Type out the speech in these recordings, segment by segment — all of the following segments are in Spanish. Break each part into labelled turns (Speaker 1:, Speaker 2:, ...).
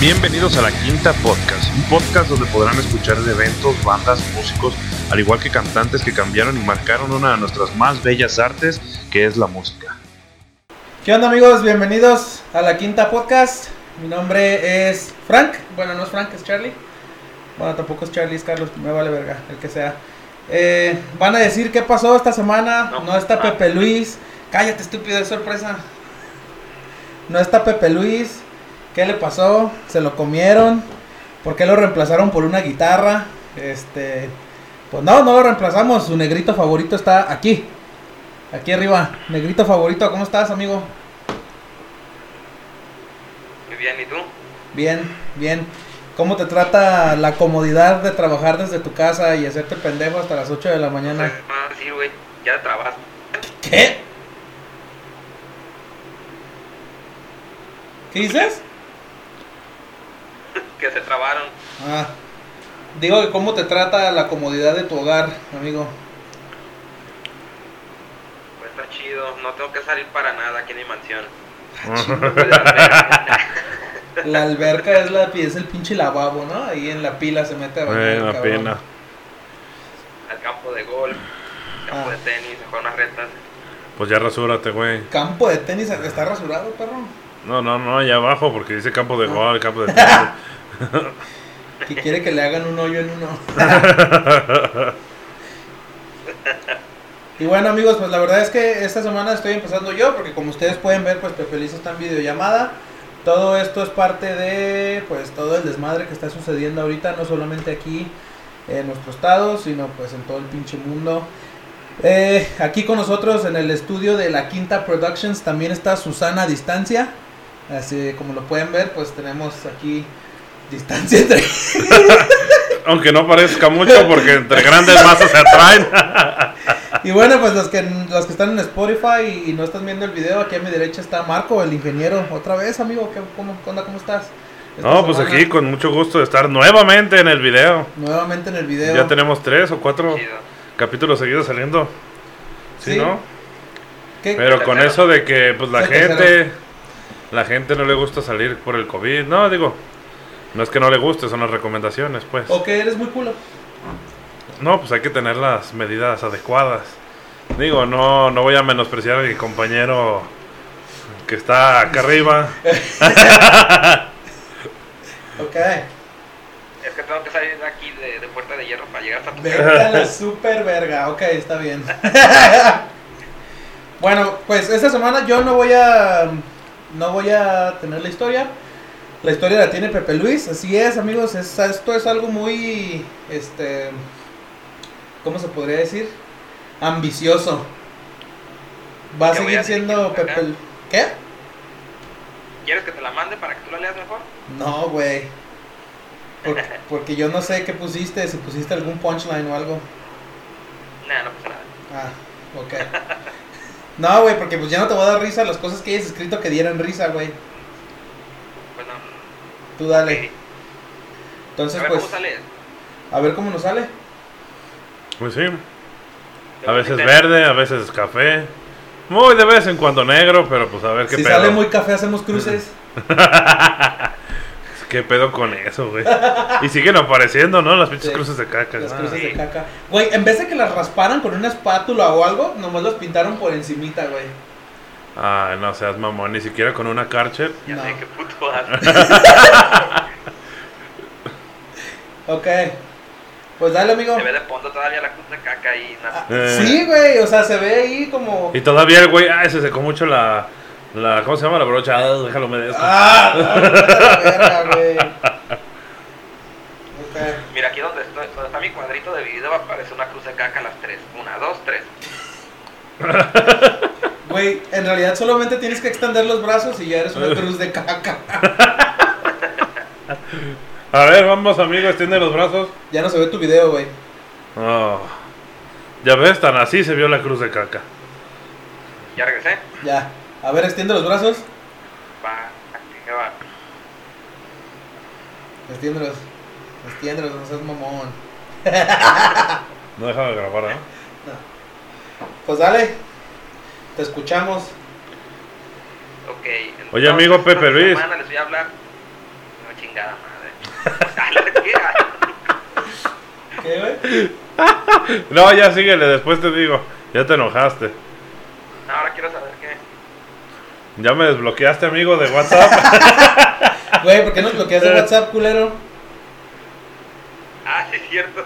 Speaker 1: Bienvenidos a la Quinta Podcast, un podcast donde podrán escuchar de eventos, bandas, músicos, al igual que cantantes que cambiaron y marcaron una de nuestras más bellas artes, que es la música.
Speaker 2: ¿Qué onda amigos? Bienvenidos a la Quinta Podcast. Mi nombre es Frank. Bueno, no es Frank, es Charlie. Bueno, tampoco es Charlie, es Carlos, me vale verga, el que sea. Eh, van a decir qué pasó esta semana. No,
Speaker 1: No.
Speaker 2: está
Speaker 1: Ah.
Speaker 2: Pepe Luis. Cállate, estúpido, es sorpresa. No está Pepe Luis. ¿Qué le pasó? ¿Se lo comieron? ¿Por qué lo reemplazaron por una guitarra? Este. Pues no, no lo reemplazamos. Su negrito favorito está aquí. Aquí arriba. Negrito favorito, ¿cómo estás, amigo?
Speaker 3: Muy bien, ¿y tú?
Speaker 2: Bien, bien. ¿Cómo te trata la comodidad de trabajar desde tu casa y hacerte pendejo hasta las 8 de la mañana?
Speaker 3: Ah, sí, güey, ya trabajas.
Speaker 2: ¿Qué? ¿Qué dices?
Speaker 3: Que se trabaron.
Speaker 2: Ah, digo que cómo te trata la comodidad de tu hogar, amigo.
Speaker 3: Pues está chido, no tengo que salir para nada aquí en mi mansión.
Speaker 2: La alberca es la es el pinche lavabo, ¿no? Ahí en la pila se mete a bañar el
Speaker 1: Buena
Speaker 2: cabrón.
Speaker 1: pena.
Speaker 3: Al campo de golf, campo
Speaker 2: Ah.
Speaker 3: de tenis, a jugar unas retas.
Speaker 1: Pues ya rasúrate, güey.
Speaker 2: Campo de tenis está rasurado, perro.
Speaker 1: No, no, no, allá abajo, porque dice campo de gol, campo de...
Speaker 2: Que quiere que le hagan un hoyo en uno. y bueno amigos, pues la verdad es que esta semana estoy empezando yo, porque como ustedes pueden ver, pues Pepe Luis está en videollamada. Todo esto es parte de pues todo el desmadre que está sucediendo ahorita, no solamente aquí en nuestro estado, sino pues en todo el pinche mundo. Eh, aquí con nosotros en el estudio de la Quinta Productions también está Susana a distancia. Así como lo pueden ver, pues tenemos aquí distancia entre
Speaker 1: Aunque no parezca mucho, porque entre grandes masas se atraen.
Speaker 2: Y bueno, pues los que, los que están en Spotify y, y no están viendo el video, aquí a mi derecha está Marco, el ingeniero. Otra vez, amigo, ¿qué, cómo, qué onda, ¿Cómo estás? Esta
Speaker 1: No, pues
Speaker 2: semana,
Speaker 1: aquí con mucho gusto de estar nuevamente en el video.
Speaker 2: Nuevamente en el video.
Speaker 1: Ya tenemos tres o cuatro
Speaker 3: Chido.
Speaker 1: capítulos seguidos saliendo.
Speaker 2: Sí.
Speaker 1: sí. ¿no?
Speaker 2: ¿Qué-
Speaker 1: Pero con
Speaker 3: Tercero.
Speaker 1: eso de que pues la
Speaker 2: Sí, tercero.
Speaker 1: gente la gente no le gusta salir por el COVID, no digo, no es que no le guste, son las recomendaciones, pues.
Speaker 2: ¿O que eres muy culo?
Speaker 1: No, pues hay que tener las medidas adecuadas. Digo, no no voy a menospreciar a mi compañero que está acá arriba.
Speaker 2: Ok.
Speaker 3: Es que tengo que salir de aquí de, de Puerta de Hierro para llegar hasta tu casa.
Speaker 2: Verga, la super verga. Ok, está bien. bueno, pues esta semana yo no voy a. No voy a tener la historia. La historia la tiene Pepe Luis. Así es, amigos. es- esto es algo muy. Este. ¿Cómo se podría decir? Ambicioso. Va a
Speaker 3: Yo voy
Speaker 2: seguir
Speaker 3: a dirigir
Speaker 2: siendo
Speaker 3: acá.
Speaker 2: Pepe. Lu- ¿Qué?
Speaker 3: ¿Quieres que te la mande para que tú la leas mejor?
Speaker 2: No, güey. Por- porque yo no sé qué pusiste. Si pusiste algún punchline o algo.
Speaker 3: Nah, no pasa
Speaker 2: Ah,
Speaker 3: nada.
Speaker 2: ok. No, güey, porque pues ya no te voy a dar risa las cosas que hayas escrito que dieran risa, güey.
Speaker 3: Pues no.
Speaker 2: Tú dale.
Speaker 3: Ok.
Speaker 2: Entonces,
Speaker 3: A ver
Speaker 2: pues,
Speaker 3: cómo sale.
Speaker 2: a ver cómo nos sale.
Speaker 1: Pues sí, a veces verde, a veces café. Muy de vez en cuando negro, pero pues a ver qué
Speaker 2: Si
Speaker 1: pedo.
Speaker 2: sale muy café, hacemos cruces.
Speaker 1: ¿Qué pedo con eso, güey? Y siguen apareciendo, ¿no? Las pinches
Speaker 2: Sí.
Speaker 1: cruces de caca.
Speaker 2: Las
Speaker 1: Ah.
Speaker 2: cruces de
Speaker 3: sí.
Speaker 2: caca. Güey, en vez de que las rasparan con una espátula o algo, nomás las pintaron por encimita, güey.
Speaker 1: Ah, no seas mamón, ni siquiera con una Karcher.
Speaker 3: Ya
Speaker 2: No.
Speaker 3: sé qué puto haces.
Speaker 2: Ok. Pues dale, amigo.
Speaker 3: Se ve de fondo todavía la puta caca ahí.
Speaker 2: Ah,
Speaker 3: nada.
Speaker 1: Eh.
Speaker 2: Sí, güey, o sea, se ve ahí como...
Speaker 1: Y todavía el güey, ah, se secó mucho la, la ¿cómo se llama? La brocha, ah, déjalo me de esto.
Speaker 2: Ah, ah, la verga, güey. Ok.
Speaker 3: Mira, aquí donde, estoy- donde está mi cuadrito de video aparece una cruz de caca a las 3. 1, 2, 3.
Speaker 2: Güey, en realidad solamente tienes que extender los brazos y ya eres una cruz de caca.
Speaker 1: A ver, vamos amigos, extiende los brazos.
Speaker 2: Ya no se ve tu video, güey.
Speaker 1: Oh. Ya ves, tan así se vio la cruz de caca.
Speaker 3: Ya regresé.
Speaker 2: Ya. A ver, extiende los brazos.
Speaker 3: Va, que va.
Speaker 2: Extiéndelos. Extiéndelos, no seas mamón.
Speaker 1: No deja de grabar, ¿eh?
Speaker 2: Pues dale. Te escuchamos.
Speaker 3: Ok. entonces,
Speaker 1: Oye, amigo Pepe
Speaker 3: esta
Speaker 1: Luis.
Speaker 3: semana les voy a hablar. No, ching. chingada madre. Pues haz lo que quieras.
Speaker 2: ¿Qué, güey?
Speaker 4: No, ya síguele, después te digo. Ya te enojaste.
Speaker 3: Ahora quiero saber qué.
Speaker 4: Ya me desbloqueaste, amigo, de WhatsApp.
Speaker 2: Güey, ¿por qué nos bloqueas de WhatsApp, culero?
Speaker 3: Ah, sí, es cierto.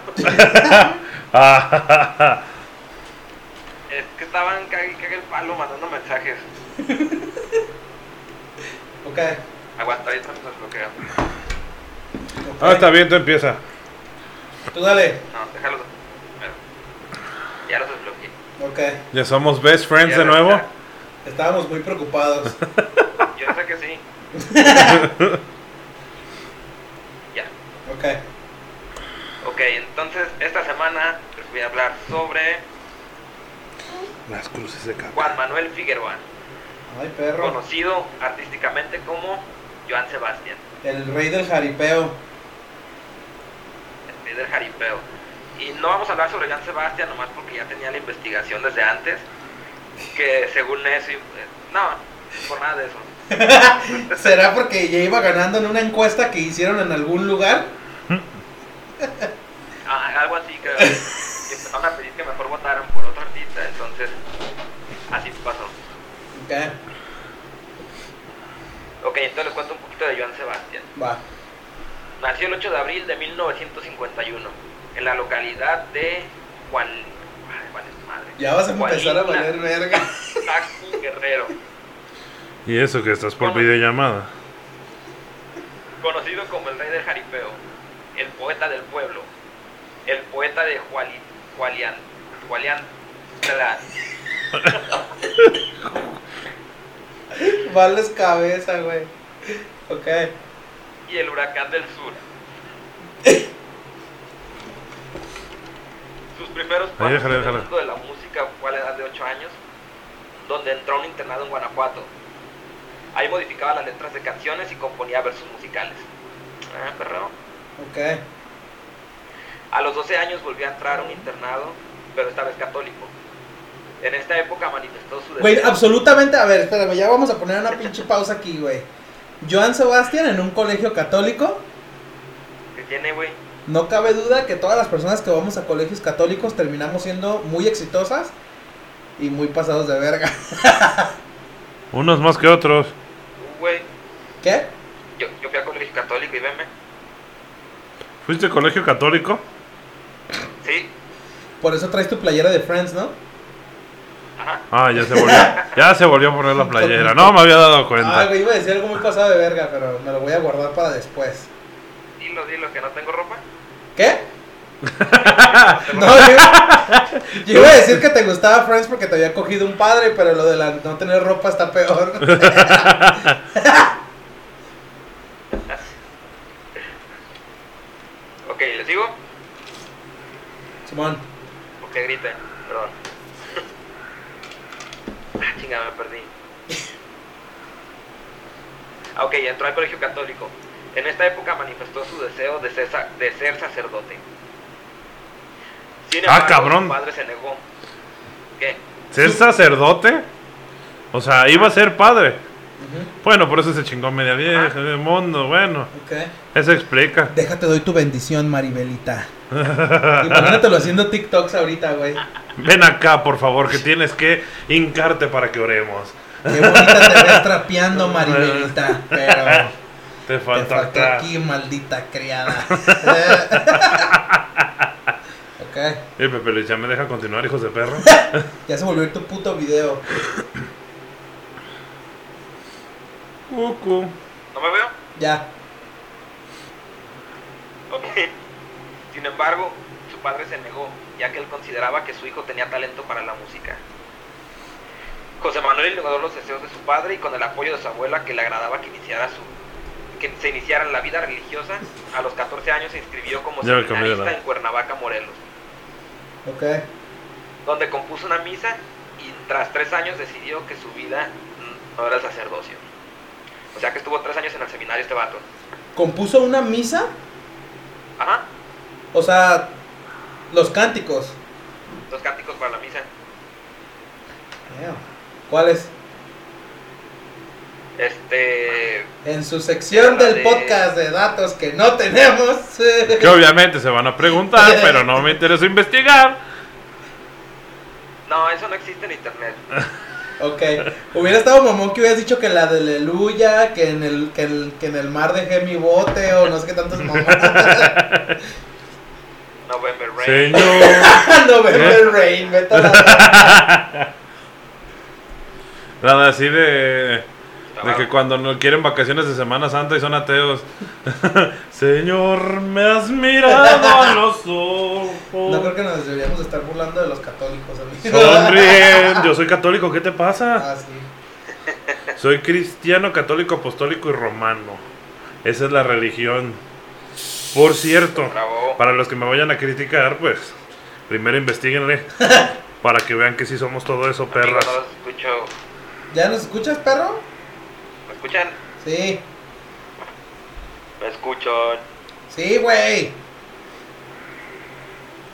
Speaker 4: Ah,
Speaker 3: Es que estaban cague, y cague el palo mandando mensajes.
Speaker 2: Ok.
Speaker 3: Aguanta, ahorita me desbloqueo.
Speaker 2: ok.
Speaker 4: ah, está bien, tú empieza.
Speaker 2: Tú dale.
Speaker 3: No, déjalos. Bueno, Ya los desbloqueé.
Speaker 2: Ok.
Speaker 4: Ya somos best friends
Speaker 3: Ya
Speaker 4: de
Speaker 3: no
Speaker 4: nuevo.
Speaker 3: está.
Speaker 2: Estábamos muy preocupados.
Speaker 3: Yo sé que sí. ya.
Speaker 2: Ok.
Speaker 3: Ok, entonces esta semana les voy a hablar sobre
Speaker 4: Las cruces de capa.
Speaker 3: Juan Manuel Figueroa,
Speaker 2: Ay, perro.
Speaker 3: conocido artísticamente como Joan Sebastián,
Speaker 2: El rey del jaripeo.
Speaker 3: el líder jaripeo. Y no vamos a hablar sobre Joan Sebastián nomás porque ya tenía la investigación desde antes, que según eso... eh, No, por nada de eso.
Speaker 2: ¿Será porque ya iba ganando en una encuesta que hicieron en algún lugar?
Speaker 3: Ah, algo así que que empezaron a pedir que mejor votaran por otro artista, entonces así pasó.
Speaker 2: Ok.
Speaker 3: Ok, entonces les cuento un poquito de Joan Sebastián.
Speaker 2: Va.
Speaker 3: Nació el 8 de abril de 1951 en la localidad de Juan. Ay, ¿cuál es madre?
Speaker 2: Ya vas a empezar a valer
Speaker 3: Juanitla,
Speaker 2: verga.
Speaker 3: Taxi Guerrero,
Speaker 4: Y eso que estás por
Speaker 3: ¿Cómo?
Speaker 4: videollamada.
Speaker 3: conocido como el rey del jaripeo, el poeta del pueblo, el poeta de Juali, Jualian, Jualian,
Speaker 2: Vales cabeza, güey. Ok.
Speaker 3: y el huracán del sur. Sus primeros pasos
Speaker 4: déjale,
Speaker 3: en el
Speaker 4: déjale.
Speaker 3: mundo de la música fue a la edad de 8 años, donde entró a un internado en Guanajuato. Ahí modificaba las letras de canciones y componía versos musicales. Ah, perreo.
Speaker 2: Ok.
Speaker 3: A los 12 años volvió a entrar a un internado, pero esta vez católico. En esta época manifestó su
Speaker 2: Güey,
Speaker 3: deseo-
Speaker 2: absolutamente. A ver, espérame, ya vamos a poner una pinche pausa aquí, güey. Joan Sebastián en un colegio católico.
Speaker 3: que tiene, güey.
Speaker 2: No cabe duda que todas las personas que vamos a colegios católicos terminamos siendo muy exitosas y muy pasados de verga.
Speaker 4: Unos más que otros.
Speaker 3: Uh, Güey,
Speaker 2: ¿Qué?
Speaker 3: yo, yo fui a colegio católico y veme.
Speaker 4: ¿Fuiste a colegio católico?
Speaker 3: Sí,
Speaker 2: Por eso traes tu playera de Friends, ¿no?
Speaker 3: ajá.
Speaker 4: Ah, ya se volvió. ya se volvió a poner la playera. No me había dado
Speaker 2: Ah,
Speaker 4: cuenta.
Speaker 2: güey, iba a decir algo muy pasado de verga, pero me lo voy a guardar para después.
Speaker 3: Dilo, dilo, que no tengo ropa.
Speaker 2: ¿Qué?
Speaker 3: No
Speaker 2: No,
Speaker 3: tengo ropa.
Speaker 2: yo, yo iba a decir que te gustaba Friends porque te había cogido un padre, pero lo de la no tener ropa está peor.
Speaker 3: Ok, ¿le sigo?
Speaker 2: Simón,
Speaker 3: Porque griten, perdón. ah, chingada, me perdí. Ah, ok, entró al colegio católico. En esta época manifestó su deseo de ser, sa- de ser sacerdote. Sin
Speaker 4: Ah, cabrón.
Speaker 3: Su padre se negó. ¿Qué?
Speaker 4: ¿Ser sacerdote? O sea, iba a ser padre.
Speaker 2: Ujú.
Speaker 4: Bueno, por eso se chingó media vieja del mundo. Bueno,
Speaker 2: ok.
Speaker 4: eso explica.
Speaker 2: Déjate, doy tu bendición, Maribelita. Imagínatelo haciendo TikToks ahorita, güey.
Speaker 4: Ven acá, por favor, que tienes que hincarte para que oremos.
Speaker 2: Qué bonita te ves trapeando, Maribelita. Pero
Speaker 4: Te
Speaker 2: te
Speaker 4: falta
Speaker 2: faltó
Speaker 4: acá.
Speaker 2: aquí, maldita criada. ok.
Speaker 4: Eh, Pepe Luis, ¿ya me deja continuar, hijos de perro?
Speaker 2: Ya se volvió tu puto video.
Speaker 4: Cucu.
Speaker 3: ¿No me veo?
Speaker 2: Ya.
Speaker 3: Ok. Sin embargo, su padre se negó, ya que él consideraba que su hijo tenía talento para la música. José Manuel logró los deseos de su padre y con el apoyo de su abuela que le agradaba que iniciara su que se iniciara en la vida religiosa, a los 14 años se inscribió como
Speaker 4: Ya me cambié de
Speaker 3: seminarista
Speaker 4: lado.
Speaker 3: en Cuernavaca, Morelos,
Speaker 2: Ok.
Speaker 3: donde compuso una misa y tras tres años decidió que su vida mm, no era el sacerdocio. O sea que estuvo tres años en el seminario este vato.
Speaker 2: Compuso una misa.
Speaker 3: Ajá,
Speaker 2: O sea, los cánticos.
Speaker 3: los cánticos para la misa.
Speaker 2: ¿Cuáles?
Speaker 3: Este.
Speaker 2: En su sección
Speaker 3: Habla
Speaker 2: del
Speaker 3: de-
Speaker 2: podcast de datos que no tenemos.
Speaker 4: Que obviamente se van a preguntar, pero no me interesa investigar.
Speaker 3: No, eso no existe en internet.
Speaker 2: Ok, hubiera estado mamón que hubieras dicho que la de Aleluya, que en el, que el- que en el mar dejé mi bote o no sé qué tantas mamadas.
Speaker 3: November Rain.
Speaker 4: Señor. ¿Eh?
Speaker 2: November Rain, vete a la-
Speaker 4: Nada así de, de que
Speaker 3: Trabajo.
Speaker 4: cuando no quieren vacaciones de Semana Santa y son ateos. Señor, me has mirado a los ojos.
Speaker 2: No creo que nos deberíamos estar burlando de los católicos, amigo.
Speaker 4: Sonríen. Yo soy católico, ¿qué te pasa?
Speaker 2: Ah, sí.
Speaker 4: Soy cristiano, católico, apostólico y romano. Esa es la religión. Por cierto,
Speaker 3: Bravo.
Speaker 4: para los que me vayan a criticar, pues primero investiguenle para que vean que sí somos todo eso,
Speaker 3: Amigo,
Speaker 4: perras.
Speaker 3: no los escucho.
Speaker 2: ¿Ya nos escuchas, perro?
Speaker 3: ¿Me escuchan?
Speaker 2: Sí,
Speaker 3: Me escuchan.
Speaker 2: sí, güey.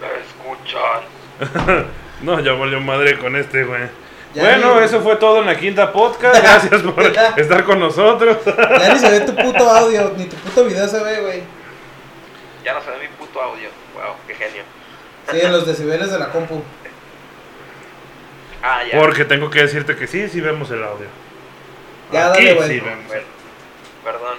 Speaker 3: Me escuchan.
Speaker 4: No, ya valió madre con este, güey.
Speaker 2: Ya
Speaker 4: bueno,
Speaker 2: ni-
Speaker 4: eso fue todo en la quinta podcast. Gracias por estar con nosotros.
Speaker 2: Ya ni se ve tu puto audio, ni tu puto video se ve, güey.
Speaker 3: Ya no se ve mi puto audio. Wow, qué genio.
Speaker 2: Sí, en los decibeles de la compu.
Speaker 3: Ah, ya.
Speaker 4: Porque tengo que decirte que sí, sí vemos el audio.
Speaker 2: Ya,
Speaker 4: Aquí
Speaker 2: dale, güey.
Speaker 4: sí vemos.
Speaker 3: Per- Perdón.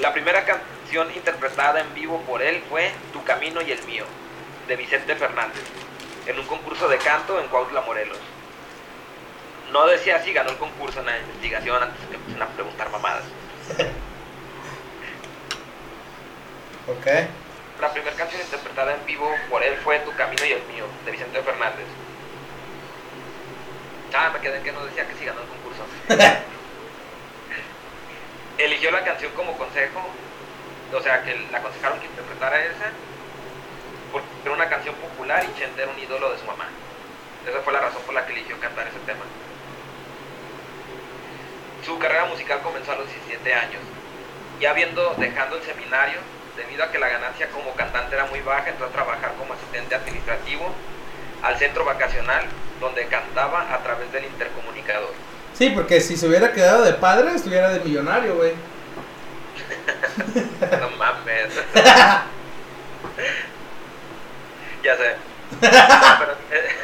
Speaker 3: La primera canción interpretada en vivo por él fue Tu Camino y el Mío, de Vicente Fernández, en un concurso de canto en Cuautla, Morelos. No decía si ganó el concurso en la investigación antes de que empiecen a preguntar mamadas.
Speaker 2: Ok.
Speaker 3: La primera canción interpretada en vivo por él fue Tu Camino y el Mío, de Vicente Fernández. Ah, me quedé en que no decía que sí ganó el concurso. Eligió la canción como consejo, o sea, que le aconsejaron que interpretara esa, porque era una canción popular y Chente era un ídolo de su mamá. Esa fue la razón por la que eligió cantar ese tema. Su carrera musical comenzó a los 17 años, ya habiendo dejando el seminario, debido a que la ganancia como cantante era muy baja, entró a trabajar como asistente administrativo al centro vacacional, donde cantaba a través del intercomunicador.
Speaker 2: Sí, porque si se hubiera quedado de padre, estuviera de millonario, güey.
Speaker 3: No mames. ya sé. Pero, eh,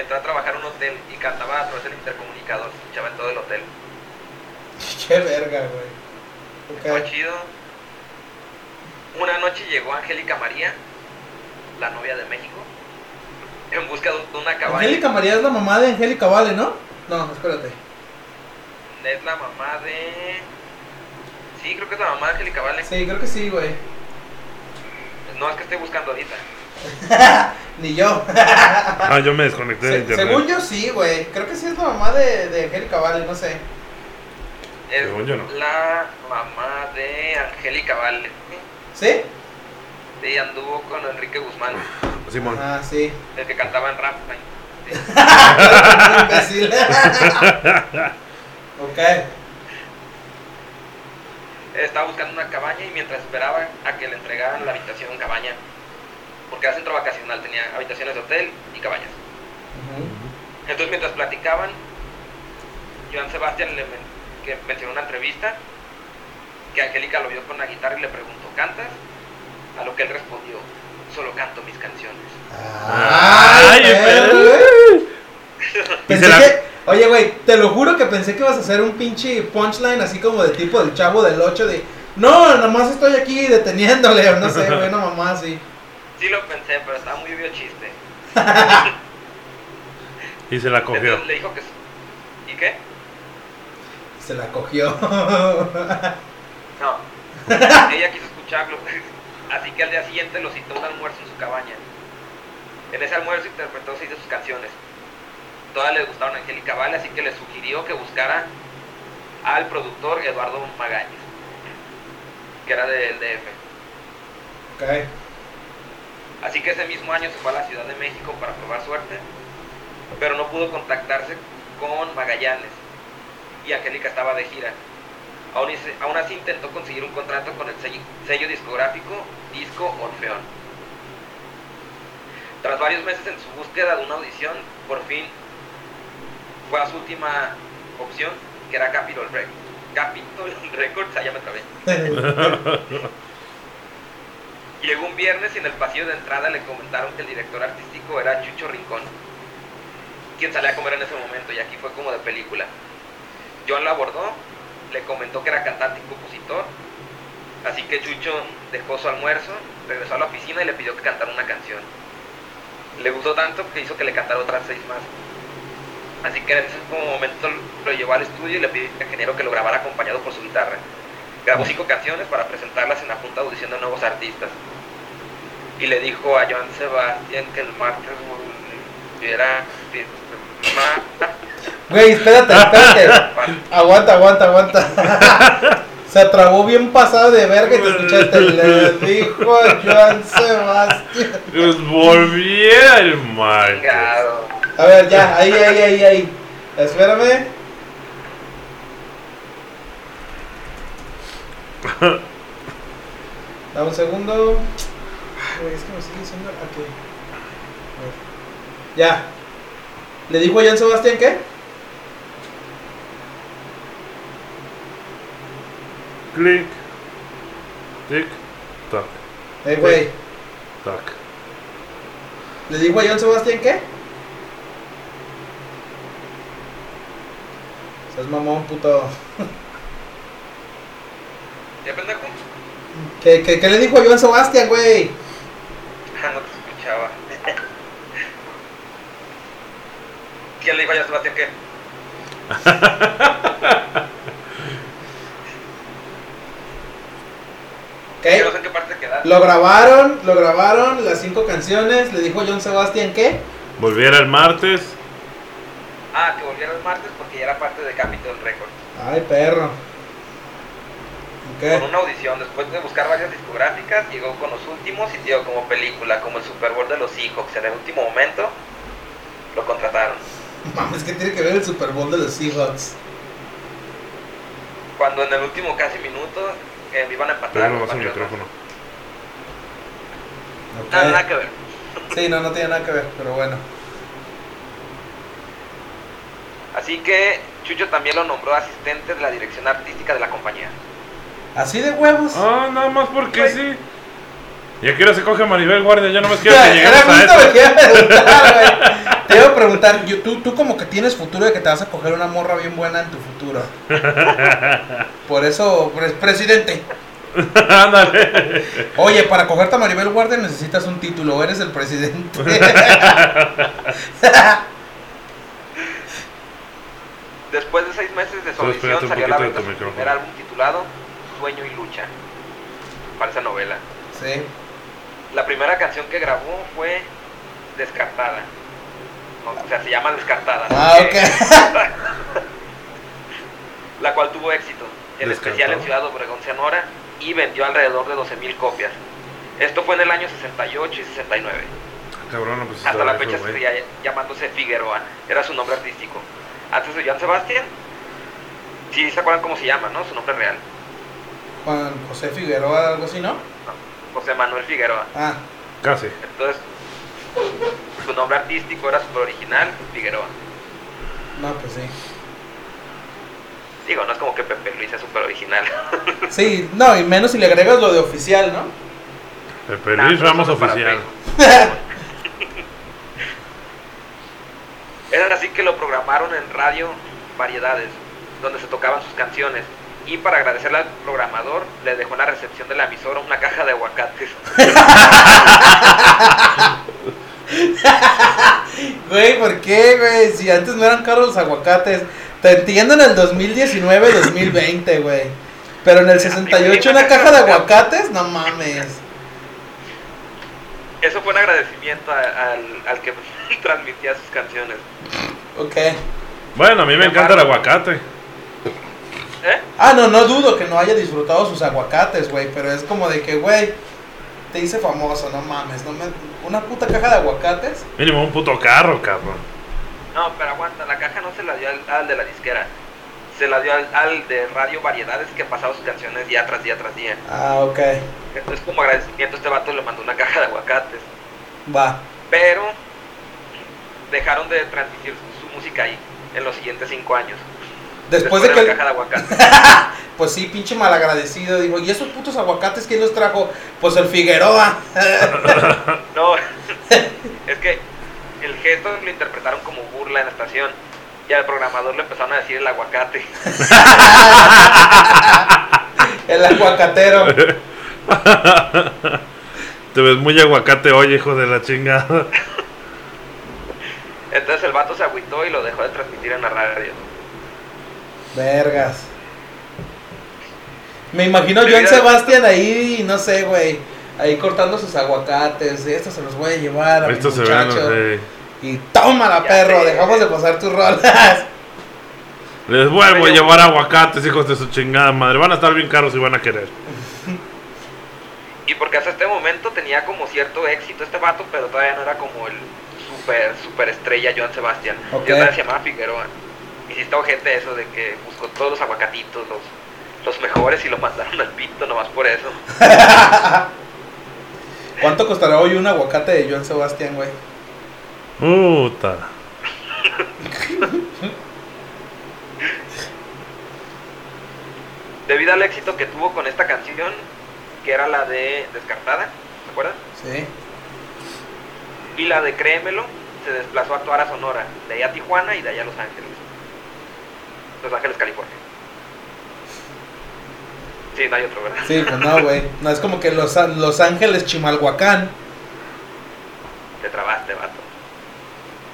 Speaker 3: entró a trabajar a un hotel y cantaba a través del intercomunicador, se escuchaba en todo el hotel.
Speaker 2: Qué verga, güey.
Speaker 3: Fue
Speaker 2: Ok.
Speaker 3: chido. Una noche llegó Angélica María, la novia de México, en busca de una cabaña.
Speaker 2: Angélica María es la mamá de Angélica Vale, ¿no? No, espérate.
Speaker 3: Es la mamá de. Sí, creo que es la mamá de Angélica Vale.
Speaker 2: Sí, creo que sí, güey.
Speaker 3: No, es que estoy buscando ahorita.
Speaker 2: Ni yo.
Speaker 4: Ah, yo me desconecté de
Speaker 2: Se-
Speaker 4: internet.
Speaker 2: según yo sí, güey. Creo que sí es la mamá de, de Angélica Vale, no sé.
Speaker 3: Es
Speaker 4: Según yo, no.
Speaker 3: la mamá de Angélica Vale.
Speaker 2: ¿Sí?
Speaker 3: Ella anduvo con Enrique Guzmán,
Speaker 4: Simón.
Speaker 2: Ah, sí.
Speaker 3: el que cantaba en Rammstein.
Speaker 2: Muy imbécil. ok.
Speaker 3: Estaba buscando una cabaña y mientras esperaba a que le entregaran la habitación cabaña, porque era centro vacacional, tenía habitaciones de hotel y cabañas.
Speaker 2: Ujú.
Speaker 3: Entonces mientras platicaban, Joan Sebastián le men- que mencionó en una entrevista que Angélica lo vio con la guitarra y le preguntó, ¿cantas? A lo que él respondió, solo canto mis canciones.
Speaker 2: Ay, perro,
Speaker 4: perro.
Speaker 2: güey.
Speaker 4: Y
Speaker 2: Pensé
Speaker 4: se la-
Speaker 2: que, oye, güey, te lo juro que pensé que ibas a hacer un pinche punchline así como de tipo del chavo del 8 de... No, nomás estoy aquí deteniéndole, o no sé, güey, no mamá, sí.
Speaker 3: Sí lo pensé, pero estaba muy vio chiste.
Speaker 4: Y se la cogió.
Speaker 3: Entonces le dijo que... s- ¿Y qué?
Speaker 2: Se la cogió.
Speaker 3: No. Ella quiso escucharlo. Así que al día siguiente lo citó a un almuerzo en su cabaña. En ese almuerzo interpretó seis de sus canciones. Todas le gustaron a Angélica Vale, así que le sugirió que buscara al productor Eduardo Magañez, que era del DF.
Speaker 2: ok.
Speaker 3: Así que ese mismo año se fue a la Ciudad de México para probar suerte, pero no pudo contactarse con Magallanes y Angélica estaba de gira. Aún, y se- aún así intentó conseguir un contrato con el sello, sello discográfico Disco Orfeón. Tras varios meses en su búsqueda de una audición, por fin fue a su última opción que era Capitol Records. Capitol Records, allá me trabé. Llegó un viernes y en el pasillo de entrada le comentaron que el director artístico era Chucho Rincón, quien salía a comer en ese momento y aquí fue como de película. John la abordó, le comentó que era cantante y compositor, así que Chucho dejó su almuerzo, regresó a la oficina y le pidió que cantara una canción. Le gustó tanto que hizo que le cantara otras seis más. Así que en ese momento lo llevó al estudio y le pidió al ingeniero que lo grabara acompañado por su guitarra. Grabó cinco canciones para presentarlas en la punta de audición de nuevos artistas. Y le dijo a Joan Sebastián que el martes volviera
Speaker 2: Güey, espérate, espérate. Aguanta, aguanta, aguanta. Se trabó bien pasado de verga y te escuchaste. Le dijo a Joan Sebastián.
Speaker 4: Pues volviera el martes.
Speaker 3: Chingado.
Speaker 2: A ver, ya, ahí, ahí, ahí, ahí. Espérame. Dame un segundo. Ay, güey, es que me sigue diciendo. ok. A ver. Ya. ¿Le dijo a Jan Sebastián qué?
Speaker 4: Clic. Tic. Tac.
Speaker 2: Eh, güey.
Speaker 4: Tac.
Speaker 2: ¿Le dijo a Jan Sebastián qué? Seas mamón, puto.
Speaker 3: ¿Ya pendejo?
Speaker 2: ¿Qué, qué, qué le dijo a Joan Sebastián, güey?
Speaker 3: Ah, no te escuchaba. ¿Quién le dijo a Joan Sebastián qué? Yo no sé
Speaker 2: ¿Qué?
Speaker 3: en qué parte quedar.
Speaker 2: Lo grabaron, lo grabaron, las cinco canciones. ¿Le dijo a Joan Sebastián qué?
Speaker 4: Volviera el martes.
Speaker 3: Ah, que volviera el martes porque ya era parte de Capitol Records.
Speaker 2: Ay, perro.
Speaker 3: Con
Speaker 2: Ok.
Speaker 3: una audición, después de buscar varias discográficas, llegó con los últimos y dio como película, como el Super Bowl de los Seahawks. En el último momento lo contrataron.
Speaker 2: Mames, ¿qué tiene que ver el Super Bowl de los Seahawks?
Speaker 3: Cuando en el último casi minuto eh, iban a empatar,
Speaker 4: Pero no
Speaker 3: los
Speaker 4: vas al
Speaker 3: Patriotas.
Speaker 4: micrófono.
Speaker 2: Ok.
Speaker 4: Eh.
Speaker 3: Nada, nada que ver.
Speaker 2: Sí, no, no tiene nada que ver, pero bueno.
Speaker 3: Así que Chucho también lo nombró asistente de la dirección artística de la compañía.
Speaker 2: Así de huevos.
Speaker 4: Ah, nada más porque
Speaker 3: Güey.
Speaker 4: sí. Y aquí ahora se coge Maribel Guardia. Yo no me quiero que
Speaker 2: Era
Speaker 4: lleguemos a
Speaker 2: justo lo
Speaker 4: eso.
Speaker 2: que iba a preguntar, güey. Te iba a preguntar, yo- tú, tú como que tienes futuro de que te vas a coger una morra bien buena en tu futuro. Por eso, pres- presidente.
Speaker 4: Ándale.
Speaker 2: Oye, para cogerte a Maribel Guardia necesitas un título, eres el presidente.
Speaker 3: Después de seis meses de su
Speaker 4: Solo espérate
Speaker 3: audición
Speaker 4: un
Speaker 3: salió a la
Speaker 4: poquito
Speaker 3: venta
Speaker 4: de tu
Speaker 3: su primer
Speaker 4: micrófono.
Speaker 3: álbum titulado Sueño y Lucha. Para esa novela.
Speaker 2: sí.
Speaker 3: La primera canción que grabó fue Descartada. O sea, se llama Descartada.
Speaker 2: Ah,
Speaker 3: ¿no? Que-
Speaker 2: ok.
Speaker 3: La cual tuvo éxito, en especial
Speaker 4: Descartada.
Speaker 3: en Ciudad Obregón, Sonora, y vendió alrededor de 12.000 copias. Esto fue en el año 68 y 69.
Speaker 4: Cabrón, no, pues.
Speaker 3: Hasta
Speaker 4: está
Speaker 3: la
Speaker 4: lejos,
Speaker 3: fecha
Speaker 4: güey.
Speaker 3: seguía llamándose Figueroa, era su nombre artístico. Antes de Joan Sebastián, si se acuerdan cómo se llama, ¿no? Su nombre real,
Speaker 2: Juan José Figueroa, algo así, ¿no?
Speaker 3: José Manuel Figueroa.
Speaker 2: Ah,
Speaker 4: Casi.
Speaker 3: Entonces, su nombre artístico era su original, Figueroa.
Speaker 2: no, pues sí.
Speaker 3: Digo, no es como que Pepe Luis es súper original.
Speaker 2: Sí, no, y menos si le agregas lo de oficial, ¿no?
Speaker 4: Pepe
Speaker 3: Nah,
Speaker 4: Luis
Speaker 3: pero
Speaker 4: Ramos
Speaker 3: eso es pues, para
Speaker 4: oficial.
Speaker 3: Facebook. Era así que lo programaron en Radio Variedades, donde se tocaban sus canciones. Y para agradecerle al programador, le dejó en la recepción de la emisora una caja de aguacates.
Speaker 2: Güey, ¿por qué, güey? Si antes no eran caros los aguacates. Te entiendo en el 2019, 2020, güey. Pero en el 68 una caja de aguacates, no mames.
Speaker 3: Eso fue un agradecimiento a- al, al que transmitía sus canciones.
Speaker 2: Ok.
Speaker 4: Bueno, a mí me encanta el aguacate.
Speaker 3: ¿Eh?
Speaker 2: Ah, no, no dudo que no haya disfrutado sus aguacates, güey. Pero es como de que, güey, te hice famoso, no mames. No me... Una puta caja de aguacates.
Speaker 4: Mínimo un puto carro, cabrón.
Speaker 3: No, pero aguanta, la caja no se la dio al, al de la disquera. Se la dio al, al de Radio Variedades que pasaba sus canciones día tras día tras día.
Speaker 2: Ah, ok.
Speaker 3: Entonces, como agradecimiento, este vato le mandó una caja de aguacates.
Speaker 2: Va.
Speaker 3: pero dejaron de transmitir su música ahí en los siguientes cinco años.
Speaker 2: Después de
Speaker 3: la
Speaker 2: que-
Speaker 3: caja de aguacate.
Speaker 2: Pues sí, pinche malagradecido. Digo, ¿y esos putos aguacates quién los trajo? Pues el Figueroa.
Speaker 3: No, es que el gesto lo interpretaron como burla en la estación y al programador le empezaron a decir el aguacate.
Speaker 2: el aguacatero.
Speaker 4: Te ves muy aguacate hoy, hijo de la chingada.
Speaker 3: Entonces el vato se agüitó y lo dejó de transmitir en la radio.
Speaker 2: Vergas. Me imagino yo en
Speaker 3: Mira.
Speaker 2: Sebastián ahí, no sé, güey. Ahí cortando sus aguacates. Estos se los voy a llevar a mi
Speaker 4: Esto se ve.
Speaker 2: muchacho.
Speaker 4: eh,
Speaker 2: Y tómala,
Speaker 3: Ya
Speaker 2: perro.
Speaker 3: sé.
Speaker 2: Dejamos de pasar tus rolas.
Speaker 4: Les vuelvo a llevar aguacates, hijos de su chingada madre. Van a estar bien caros y van a querer.
Speaker 3: Y porque hasta este momento tenía como cierto éxito este vato, pero todavía no era como el super, super estrella Joan Sebastián.
Speaker 2: Ok.
Speaker 3: Yo todavía se llamaba Figueroa. Y si está ojete eso de que buscó todos los aguacatitos, los, los mejores y lo mandaron al pito nomás por eso.
Speaker 2: ¿Cuánto costará hoy un aguacate de Joan Sebastián, güey?
Speaker 4: Puta.
Speaker 3: Debido al éxito que tuvo con esta canción, que era la de Descartada, ¿se acuerdan?
Speaker 2: Sí.
Speaker 3: Y la de Créemelo se desplazó a actuar a Sonora, de allá a Tijuana y de allá a Los Ángeles. Los Ángeles, California. Sí, no hay otro, ¿verdad?
Speaker 2: Sí, pues no, güey. No es como que Los, Los Ángeles, Chimalhuacán.
Speaker 3: Te trabaste, vato.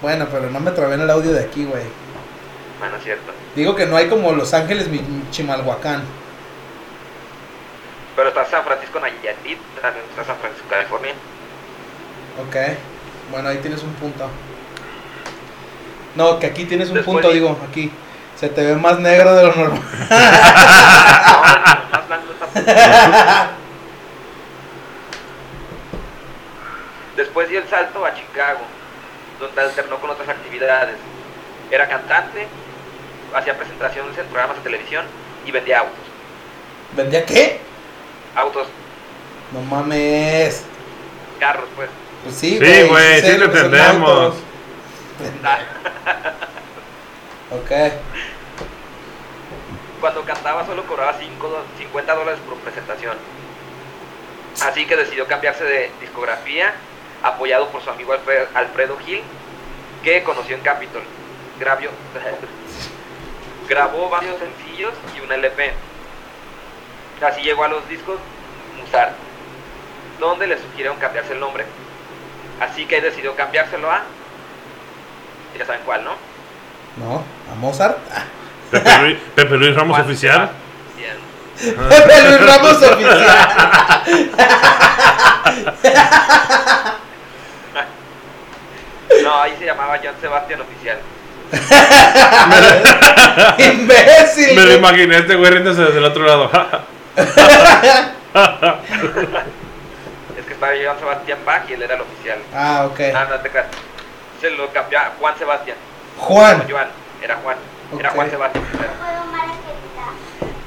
Speaker 2: Bueno, pero no me trabé en el audio de aquí, güey.
Speaker 3: Bueno, Ah, es cierto.
Speaker 2: Digo que no hay como Los Ángeles, mi mi Chimalhuacán.
Speaker 3: Pero está San Francisco Nayarit, también está San Francisco, California.
Speaker 2: Ok. Bueno, ahí tienes un punto. No, que aquí tienes un
Speaker 3: Después
Speaker 2: punto,
Speaker 3: di-
Speaker 2: digo, aquí. Se te ve más negro de lo normal.
Speaker 3: No, no, más blanco está. Después dio el salto a Chicago, donde alternó con otras actividades. Era cantante, hacía presentaciones en programas de televisión y vendía autos.
Speaker 2: ¿Vendía qué?
Speaker 3: Autos,
Speaker 2: No mames.
Speaker 3: carros, pues.
Speaker 2: Pues sí,
Speaker 4: Sí,
Speaker 2: güey.
Speaker 4: güey,
Speaker 2: sé
Speaker 4: sí
Speaker 2: lo
Speaker 4: te
Speaker 2: que son
Speaker 4: entendemos.
Speaker 2: autos. Ok.
Speaker 3: Cuando cantaba solo cobraba cinco do- 50 dólares por presentación. Así que decidió cambiarse de discografía, apoyado por su amigo Alfre- Alfredo Gil, que conoció en Capitol. Grabió- grabó varios sencillos y un LP. Así llegó a los discos Musar, donde le sugirieron cambiarse el nombre. Así que decidió cambiárselo a... Ya saben cuál, ¿no?
Speaker 2: No, a Mozart.
Speaker 4: Pepe Luis, Pepe Luis Ramos
Speaker 3: ¿Cuál?
Speaker 4: oficial.
Speaker 3: Bien.
Speaker 2: Pepe Luis Ramos oficial.
Speaker 3: No, ahí se llamaba John Sebastian Oficial.
Speaker 2: Imbécil.
Speaker 4: Me lo
Speaker 2: güey.
Speaker 4: imaginé este güey riéndose desde el otro lado.
Speaker 3: Es que estaba Joan Sebastián Bach y él era el oficial.
Speaker 2: ah, ok.
Speaker 3: Ah, no te creas. Se lo cambió a Juan Sebastián. No,
Speaker 2: Juan.
Speaker 3: Joan, era Juan. Era
Speaker 2: Ok.
Speaker 3: Juan Sebastián.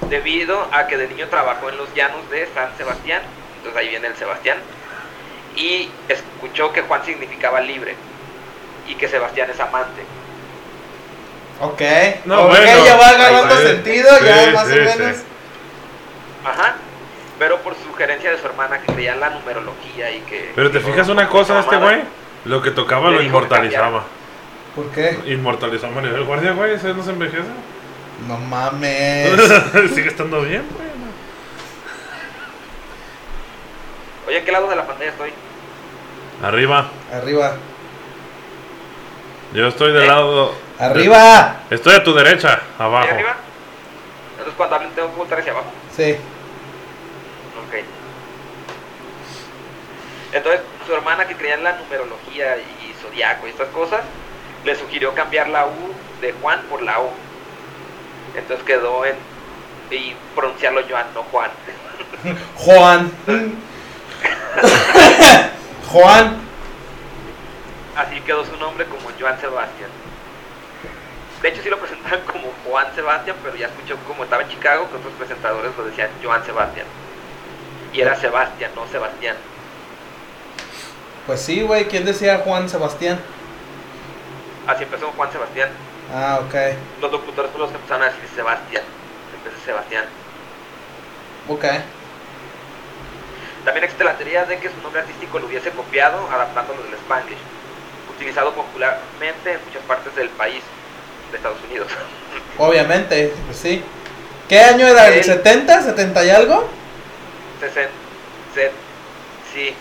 Speaker 3: Debido a que de niño trabajó en los llanos de San Sebastián, entonces ahí viene el Sebastián, y escuchó que Juan significaba libre y que Sebastián es amante.
Speaker 2: Ok.
Speaker 4: No,
Speaker 2: ok,
Speaker 4: bueno.
Speaker 2: ya va agarrando
Speaker 4: Sí,
Speaker 2: sentido, ya
Speaker 4: sí,
Speaker 2: más
Speaker 4: sí,
Speaker 2: o menos.
Speaker 4: sí.
Speaker 3: Ajá. Pero por sugerencia de su hermana que creía en la numerología y que...
Speaker 4: Pero te
Speaker 3: dijo,
Speaker 4: fijas una cosa, este
Speaker 3: mamada.
Speaker 4: güey. Lo que tocaba
Speaker 3: Le
Speaker 4: lo
Speaker 3: dijo que
Speaker 4: inmortalizaba.
Speaker 2: ¿Por qué?
Speaker 4: Inmortalizaba a nivel guardia, güey. Ese no se envejece.
Speaker 2: No mames.
Speaker 4: Sigue estando bien, güey.
Speaker 3: Oye, ¿en qué lado de la pantalla estoy?
Speaker 4: Arriba.
Speaker 2: Arriba.
Speaker 4: Yo estoy del
Speaker 3: Eh.
Speaker 4: lado.
Speaker 2: Arriba.
Speaker 4: Estoy a tu derecha,
Speaker 3: ¿Ahí
Speaker 4: abajo.
Speaker 3: arriba? Entonces cuando hablen tengo que voltar hacia abajo.
Speaker 2: Sí.
Speaker 3: Ok. Entonces, su hermana que creía en la numerología y zodiaco y estas cosas, le sugirió cambiar la U de Juan por la O. Entonces quedó en. y pronunciarlo Joan, no Juan.
Speaker 2: Juan. Juan.
Speaker 3: Así quedó su nombre como Joan Sebastián. De hecho, sí lo presentaban como Juan Sebastián, pero ya escuchó como estaba en Chicago que otros presentadores lo decían Joan Sebastián. Y era Sebastián, no Sebastián.
Speaker 2: Pues sí, güey. ¿Quién decía Juan Sebastián?
Speaker 3: Así empezó Juan Sebastián.
Speaker 2: Ah, ok.
Speaker 3: Los locutores fueron los que empezaron a decir Sebastián. Empecé Sebastián.
Speaker 2: Ok.
Speaker 3: También existe la teoría de que su nombre artístico lo hubiese copiado adaptándolo del Spanglish, utilizado popularmente en muchas partes del país, de Estados Unidos.
Speaker 2: Obviamente, pues sí. ¿Qué año era? ¿El
Speaker 3: El-
Speaker 2: 70? ¿70 y algo?
Speaker 3: Se, se, se- sí,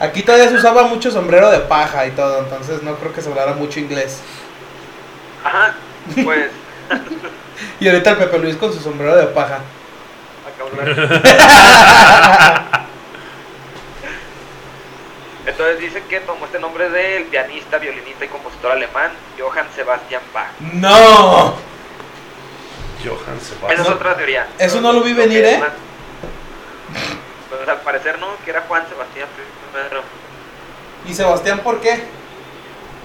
Speaker 2: Aquí todavía se usaba mucho sombrero de paja y todo, entonces no creo que se hablara mucho inglés.
Speaker 3: ajá, pues
Speaker 2: Y ahorita el Pepe Luis con su sombrero de paja.
Speaker 3: acabo de hablar. Entonces dice que tomó este nombre del pianista, violinista y compositor alemán Johann Sebastian Bach.
Speaker 2: ¡No!
Speaker 4: Johann
Speaker 3: Esa es
Speaker 4: Sebastián.
Speaker 3: otra teoría.
Speaker 2: Eso no lo vi
Speaker 3: que
Speaker 2: venir,
Speaker 3: es
Speaker 2: ¿eh?
Speaker 3: más- Pues al parecer no, que era Juan Sebastián primero.
Speaker 2: ¿Y Sebastián por qué?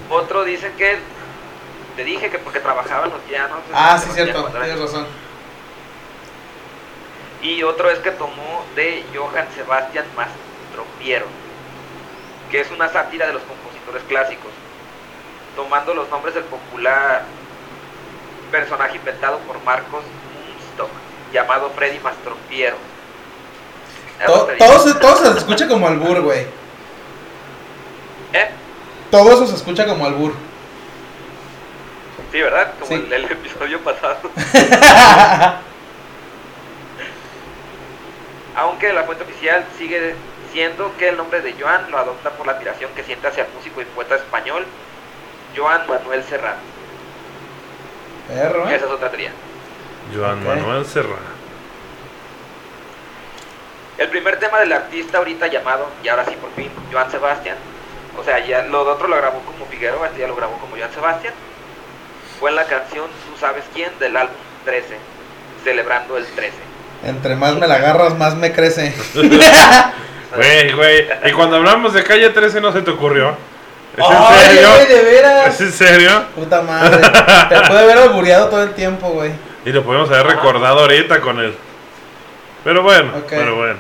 Speaker 3: Otro dice que te dije que porque trabajaba en los llanos.
Speaker 2: Ah,
Speaker 3: en
Speaker 2: sí,
Speaker 3: los
Speaker 2: cierto,
Speaker 3: llanos,
Speaker 2: tienes razón.
Speaker 3: Y otro es que tomó de Johann Sebastian Mastropiero, que es una sátira de los compositores clásicos, tomando los nombres del popular personaje inventado por Marcos Munstock, llamado Freddy Mastropiero.
Speaker 2: To- todo, se, todo se escucha como albur, güey.
Speaker 3: ¿Eh?
Speaker 2: Todo eso se escucha como albur.
Speaker 3: Sí, ¿verdad? Como
Speaker 2: Sí.
Speaker 3: El, el episodio pasado. Aunque la fuente oficial sigue siendo que el nombre de Joan lo adopta por la admiración que siente hacia el músico y poeta español Joan Manuel Serrat.
Speaker 2: Perro, ¿eh?
Speaker 3: Esa es otra teoría.
Speaker 4: Joan
Speaker 2: Ok.
Speaker 4: Manuel Serra.
Speaker 3: El primer tema del artista ahorita llamado, y ahora sí por fin, Joan Sebastián, o sea, ya lo de otro lo grabó como Figueroa, este ya lo grabó como Joan Sebastián, fue en la canción Tú sabes quién del álbum 13, celebrando el 13.
Speaker 2: Entre más me la agarras, más me crece.
Speaker 4: Güey, güey. Y cuando hablamos de calle 13 no se te ocurrió. ¿Es en
Speaker 2: ¡Ay,
Speaker 4: serio?
Speaker 2: güey, de veras!
Speaker 4: ¿Es en serio?
Speaker 2: Puta madre. Te puede haber albureado todo el tiempo, güey.
Speaker 4: Y lo podemos haber recordado ahorita con él. Pero bueno,
Speaker 2: Ok.
Speaker 4: pero bueno.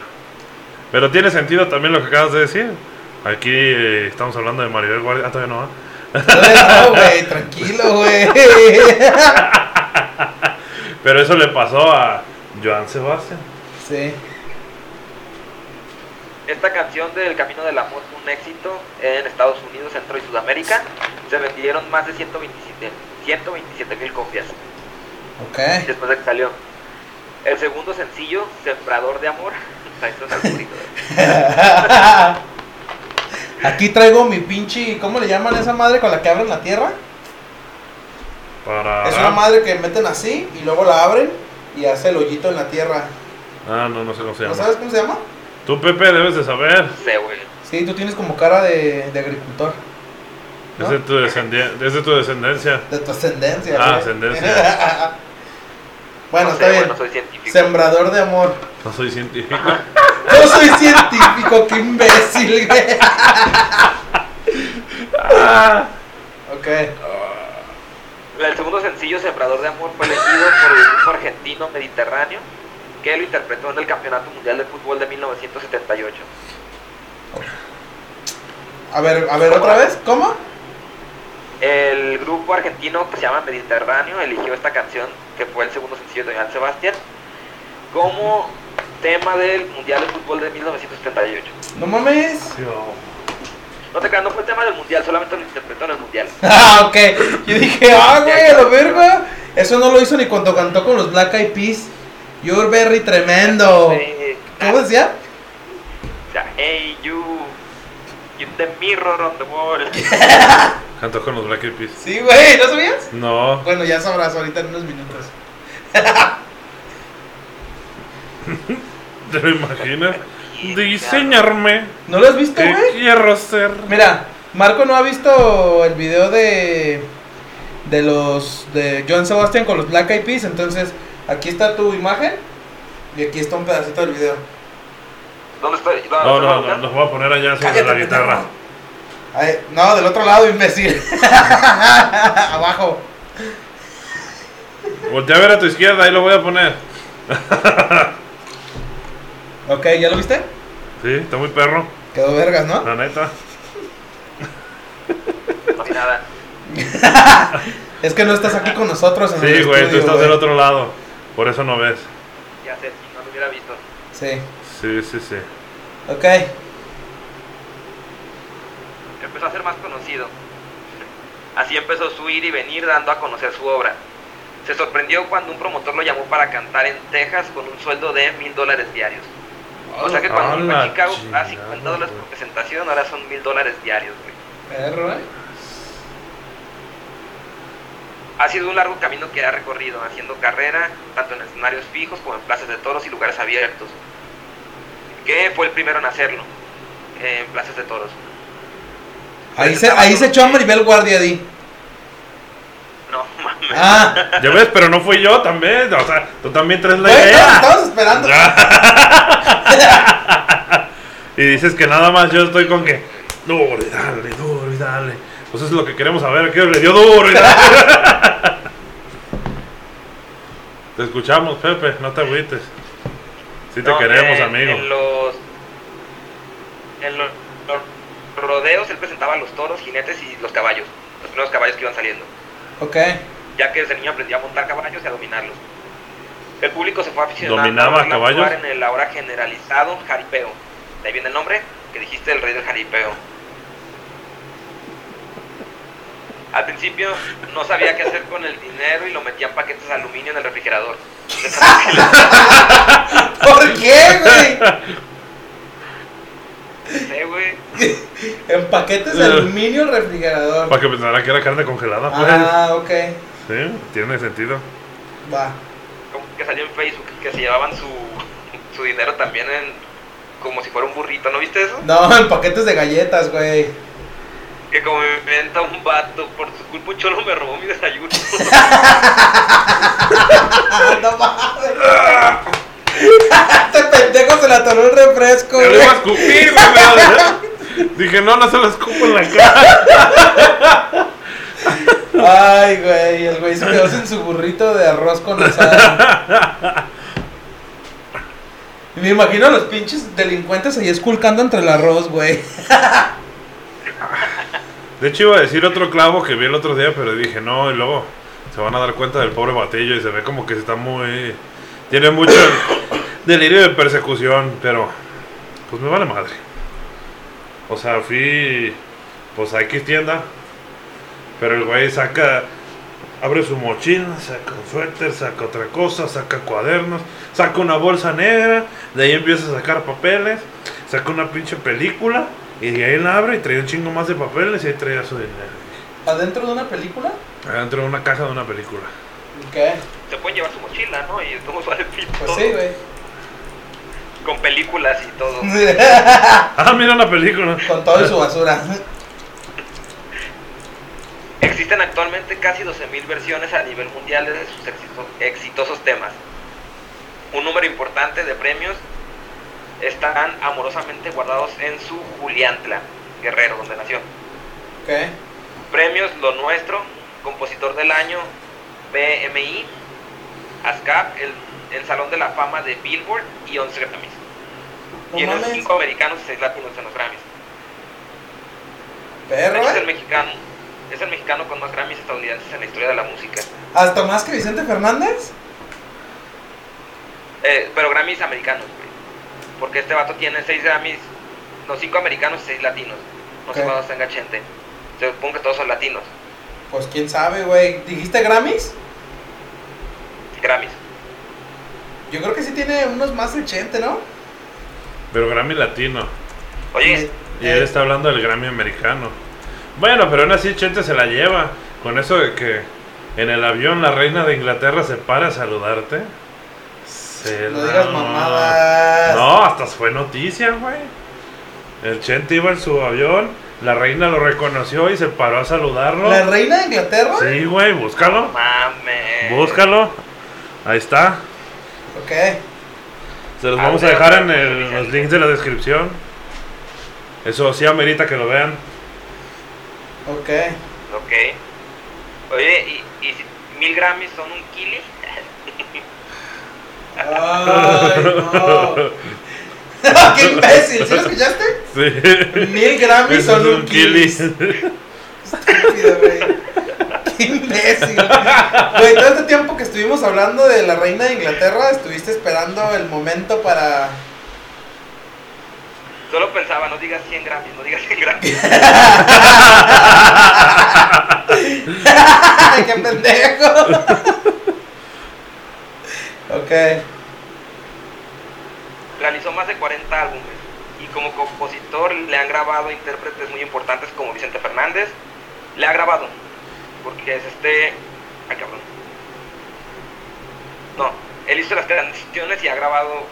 Speaker 4: Pero tiene sentido también lo que acabas de decir. Aquí eh, estamos hablando de Maribel Guardia. Ah, todavía no, ¿ah?
Speaker 2: Todavía No, güey, tranquilo, güey.
Speaker 4: Pero eso le pasó a Joan Sebastián.
Speaker 2: Sí.
Speaker 3: Esta canción del Camino del Amor fue un éxito en Estados Unidos, Centro y Sudamérica. Se vendieron más de 127 mil copias
Speaker 2: Ok.
Speaker 3: después de que salió. El segundo sencillo, Sembrador de Amor. Esto es alburito, ¿eh?
Speaker 2: Aquí traigo mi pinche. ¿Cómo le llaman a esa madre con la que abren la tierra?
Speaker 4: Para.
Speaker 2: Es una madre que meten así y luego la abren y hace el hoyito en la tierra.
Speaker 4: Ah, no, no sé cómo se
Speaker 2: ¿No
Speaker 4: llama.
Speaker 2: sabes cómo se llama?
Speaker 4: Tú, Pepe, debes de saber.
Speaker 3: No sé, güey.
Speaker 2: Sí, tú tienes como cara de, de agricultor. ¿no?
Speaker 4: Es, de tu descendi- es de tu descendencia.
Speaker 2: De tu ascendencia.
Speaker 4: Ah,
Speaker 2: güey.
Speaker 4: ascendencia.
Speaker 2: bueno,
Speaker 3: no
Speaker 2: está
Speaker 3: sé, güey,
Speaker 2: bien.
Speaker 3: no soy científico.
Speaker 2: Sembrador de amor.
Speaker 4: No soy científico.
Speaker 2: Yo soy científico, qué imbécil, güey.
Speaker 4: Ah.
Speaker 2: ok.
Speaker 3: El segundo sencillo, Sembrador de Amor, fue elegido por el grupo argentino Mediterráneo, que lo interpretó en el Campeonato Mundial de Fútbol de 1978.
Speaker 2: A ver, a ver, otra vez. ¿Cómo?
Speaker 3: El grupo argentino que se llama Mediterráneo eligió esta canción, que fue el segundo sencillo de Joan Sebastián, como tema del Mundial de Fútbol de 1978.
Speaker 2: No mames.
Speaker 3: No te creas, no fue tema del Mundial, solamente lo interpretó en el Mundial.
Speaker 2: Ah, ok. Yo dije, ah, güey, a la verga. Eso no lo hizo ni cuando cantó con los Black Eyed Peas. You're very tremendo.
Speaker 3: Eh,
Speaker 2: ¿Cómo decía?
Speaker 3: o sea, hey, you, you the mirror on the wall.
Speaker 4: Cantó con los Black Eyed Peas.
Speaker 2: Sí, güey, ¿no sabías?
Speaker 4: No.
Speaker 2: Bueno, ya sabrás ahorita en unos minutos.
Speaker 4: ¿Te lo imaginas? Diseñarme.
Speaker 2: ¿No lo has visto,
Speaker 4: ¿Qué
Speaker 2: güey?
Speaker 4: quiero ser?
Speaker 2: Mira, Marco no ha visto el video de de los de John Sebastian con los Black Eyed Peas, entonces aquí está tu imagen y aquí está un pedacito del video.
Speaker 3: ¿Dónde estoy? ¿Dónde
Speaker 4: No,
Speaker 3: estoy
Speaker 4: no, no,
Speaker 3: buscando?
Speaker 4: los voy a poner allá sobre
Speaker 2: Cállate,
Speaker 4: la guitarra.
Speaker 2: Ay, no, del otro lado, imbécil. Abajo.
Speaker 4: Voltea a ver a tu izquierda, ahí lo voy a poner.
Speaker 2: Ok, ¿ya lo viste?
Speaker 4: Sí, está muy perro,
Speaker 2: Quedó vergas, ¿no?
Speaker 4: la neta.
Speaker 3: No vi nada.
Speaker 2: Es que no estás aquí con nosotros en
Speaker 4: Sí,
Speaker 2: el
Speaker 4: güey, tú
Speaker 2: estudio,
Speaker 4: estás
Speaker 2: güey.
Speaker 4: del otro lado. Por eso no ves.
Speaker 3: Ya sé, si no lo hubiera visto.
Speaker 2: Sí,
Speaker 4: Sí, sí, sí.
Speaker 2: ok.
Speaker 3: Empezó a ser más conocido. Así empezó su ir y venir dando a conocer su obra. Se sorprendió cuando un promotor lo llamó para cantar en Texas con un sueldo de mil dólares diarios. O sea que cuando iba
Speaker 4: ¡Hala,
Speaker 3: a Chicago a
Speaker 4: chingada,
Speaker 3: 50 dólares por
Speaker 4: güey!
Speaker 3: presentación, ahora son mil dólares diarios, güey.
Speaker 2: Perro, ¿eh?
Speaker 3: Ha sido un largo camino que ha recorrido, haciendo carrera tanto en escenarios fijos como en plazas de toros y lugares abiertos. Que fue el primero en hacerlo, eh, en plazas de toros.
Speaker 2: Ahí se, ahí se echó a Maribel Guardia, Di.
Speaker 3: No mames.
Speaker 2: Ah,
Speaker 4: Ya ves, pero no fui yo también. O sea, tú también traes la
Speaker 2: güey, no,
Speaker 4: idea.
Speaker 2: estabas esperando.
Speaker 4: Y dices que nada más yo estoy con que. Duro y dale, duro y dale. Pues eso es lo que queremos saber. ¿A qué hora le dio duro y dale? Te escuchamos, Pepe. No te agüites. Sí te
Speaker 3: No, eh,
Speaker 4: queremos,
Speaker 3: en-
Speaker 4: amigo.
Speaker 3: En los, en los, los rodeos él presentaba los toros, jinetes y los caballos, los primeros caballos que iban saliendo,
Speaker 2: Ok,
Speaker 3: ya que desde niño aprendió a montar caballos y a dominarlos. El público se fue aficionando
Speaker 4: ¿Dominaba
Speaker 3: a verlo
Speaker 4: caballos?
Speaker 3: actuar en el ahora generalizado jaripeo. De ahí viene el nombre que dijiste, el rey del jaripeo. Al principio no sabía qué hacer con el dinero y lo metía en paquetes de aluminio en el refrigerador.
Speaker 2: ¿por qué, güey?
Speaker 3: Sí, güey.
Speaker 2: En paquetes de aluminio el refrigerador.
Speaker 4: Para que pensara que era carne congelada, pues.
Speaker 2: Ah, ok,
Speaker 4: Sí, tiene sentido.
Speaker 2: va.
Speaker 3: como que salió en Facebook que se llevaban su, su dinero también en como si fuera un burrito, ¿no viste eso?
Speaker 2: No, en paquetes de galletas, güey.
Speaker 3: Que como me inventa un vato, por su culpa un cholo me robó mi desayuno.
Speaker 2: Ah, no mames. Este pendejo se le atoró el refresco,
Speaker 4: Yo le
Speaker 2: güey.
Speaker 4: iba a escupir, güey, pero- Dije, no, no se lo escupo en la cara.
Speaker 2: Ay, güey, el güey se quedó sin su burrito de arroz con asada. Y Me imagino a los pinches delincuentes ahí esculcando entre el arroz, güey.
Speaker 4: De hecho, iba a decir otro clavo que vi el otro día, pero dije, no, y luego se van a dar cuenta del pobre batillo y se ve como que está muy. Tiene mucho delirio de persecución, pero. Pues me vale madre. O sea, fui. Pues a X tienda. Pero el güey saca. Abre su mochila, saca un suéter, saca otra cosa, saca cuadernos, saca una bolsa negra, de ahí empieza a sacar papeles, saca una pinche película, y de ahí la abre y trae un chingo más de papeles y ahí traía su dinero.
Speaker 2: ¿Adentro de una película?
Speaker 4: Adentro de una caja de una película.
Speaker 2: ¿Qué?
Speaker 3: se pueden llevar su mochila, ¿no? Y estamos al pito.
Speaker 2: Pues sí, güey.
Speaker 3: Con películas y todo.
Speaker 4: Ah, mira la película.
Speaker 2: Con todo y su basura.
Speaker 3: Existen actualmente casi 12.000 versiones a nivel mundial de sus exito- exitosos temas. Un número importante de premios están amorosamente guardados en su Juliantla, Guerrero, donde nació.
Speaker 2: ¿Qué?
Speaker 3: Premios Lo Nuestro, Compositor del Año, BMI, ASCAP, el, el Salón de la Fama de Billboard y 11 Grammys.
Speaker 2: No
Speaker 3: y en
Speaker 2: mames.
Speaker 3: 5 americanos y 6 latinos en los Grammys. Este
Speaker 2: Perro,
Speaker 3: es el
Speaker 2: eh.
Speaker 3: mexicano. Es el mexicano con más Grammys estadounidenses en la historia de la música.
Speaker 2: ¿Hasta más que Vicente Fernández?
Speaker 3: Eh, pero Grammys americanos, güey. Porque este vato tiene 6 Grammys, no 5 americanos y 6 latinos. No sé
Speaker 2: Ok.
Speaker 3: cuándo tenga gente. Se supone que todos son latinos.
Speaker 2: Pues quién sabe, güey. ¿Dijiste Grammys?
Speaker 3: Grammys.
Speaker 2: Yo creo que sí tiene unos más de 80, ¿no?
Speaker 4: Pero Grammy latino.
Speaker 3: Oye,
Speaker 4: Y
Speaker 2: Eh.
Speaker 4: él está hablando del Grammy americano. Bueno, pero aún así Chente se la lleva. Con eso de que en el avión la reina de Inglaterra se para a saludarte. Se
Speaker 2: No
Speaker 4: la-
Speaker 2: digas mamadas.
Speaker 4: No, hasta fue noticia, güey. El Chente iba en su avión, la reina lo reconoció y se paró a saludarlo.
Speaker 2: ¿La reina de Inglaterra?
Speaker 4: Sí, güey, búscalo.
Speaker 3: mames.
Speaker 4: Búscalo. Ahí está.
Speaker 2: Ok.
Speaker 4: Se los
Speaker 3: Ah,
Speaker 4: vamos a
Speaker 3: ok,
Speaker 4: dejar
Speaker 3: ok,
Speaker 4: en el-
Speaker 3: ok.
Speaker 4: los links de la descripción. Eso sí amerita que lo vean.
Speaker 2: Ok.
Speaker 3: Ok. Oye, ¿y, y si mil Grammys son un kili?
Speaker 2: Ay, no. Qué imbécil, ¿sí lo escuchaste?
Speaker 4: Sí.
Speaker 2: Mil Grammys
Speaker 4: Eso
Speaker 2: son
Speaker 4: es
Speaker 2: un kilis.
Speaker 4: kilis.
Speaker 2: Estúpido, güey. Qué imbécil. Güey, todo este tiempo que estuvimos hablando de la reina de Inglaterra, estuviste esperando el momento para.
Speaker 3: Solo pensaba, no digas 100 gratis, no digas 100 gratis.
Speaker 2: ¡Ay, qué pendejo! ok.
Speaker 3: Realizó más de 40 álbumes y como compositor le han grabado intérpretes muy importantes como Vicente Fernández. Le ha grabado, porque es este... Ay, cabrón. No, él hizo las canciones y ha grabado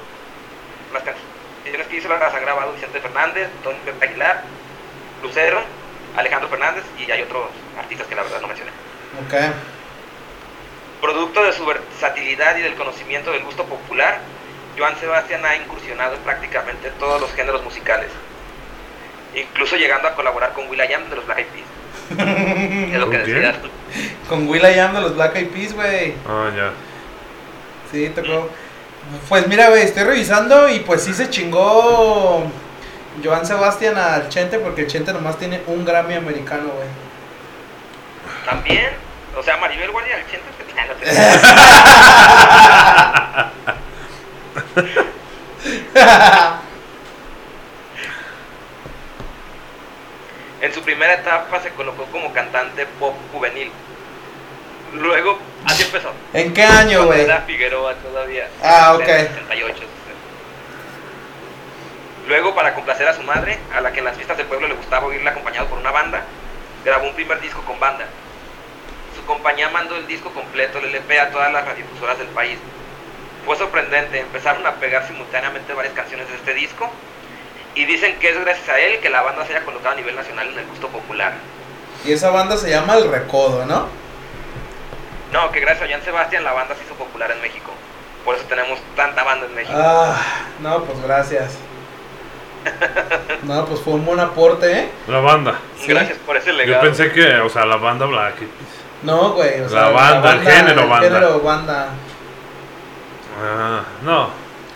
Speaker 3: las canciones que hizo las ha grabado Vicente Fernández, Tony Aguilar, Lucero, Alejandro Fernández y hay otros artistas que la verdad no mencioné.
Speaker 2: Ok.
Speaker 3: Producto de su versatilidad y del conocimiento del gusto popular, Joan Sebastián ha incursionado en prácticamente todos los géneros musicales, incluso llegando a colaborar con Will.i.am de los Black Eyed Peas. Es lo que
Speaker 4: ¿Con
Speaker 3: decías
Speaker 4: quién?
Speaker 3: tú.
Speaker 2: Con Will.i.am de los Black Eyed Peas, güey.
Speaker 4: Ah, ya.
Speaker 2: Sí, tocó. Pues mira, güey, estoy revisando y pues sí se chingó Joan Sebastián al Chente porque el Chente nomás tiene un Grammy americano, güey.
Speaker 3: También, o sea, Maribel Guardia del 80 En su primera etapa se colocó como cantante pop juvenil. Luego, así empezó.
Speaker 2: ¿En qué año,
Speaker 3: Cuando
Speaker 2: güey?
Speaker 3: era Figueroa todavía.
Speaker 2: Ah, ok.
Speaker 3: 68, 60. Luego, para complacer a su madre, a la que en las fiestas de pueblo le gustaba oírla acompañado por una banda, grabó un primer disco con banda. Su compañía mandó el disco completo, el LP, a todas las radiodifusoras del país. Fue sorprendente, empezaron a pegar simultáneamente varias canciones de este disco y dicen que es gracias a él que la banda se haya colocado a nivel nacional en el gusto popular.
Speaker 2: Y esa banda se llama El Recodo, ¿no?
Speaker 3: No, que gracias a Joan Sebastián la banda se hizo popular en México. Por eso tenemos tanta banda en México.
Speaker 2: Ah, no, pues gracias. No, pues fue un buen aporte, ¿eh?
Speaker 4: La banda.
Speaker 2: sí.
Speaker 3: Gracias por ese
Speaker 4: Yo
Speaker 3: legado.
Speaker 4: pensé que, o sea, la banda Black. Eyed Peas.
Speaker 2: No, güey. o
Speaker 4: La
Speaker 2: sea,
Speaker 4: banda, el género banda.
Speaker 2: género banda.
Speaker 4: Ah, no.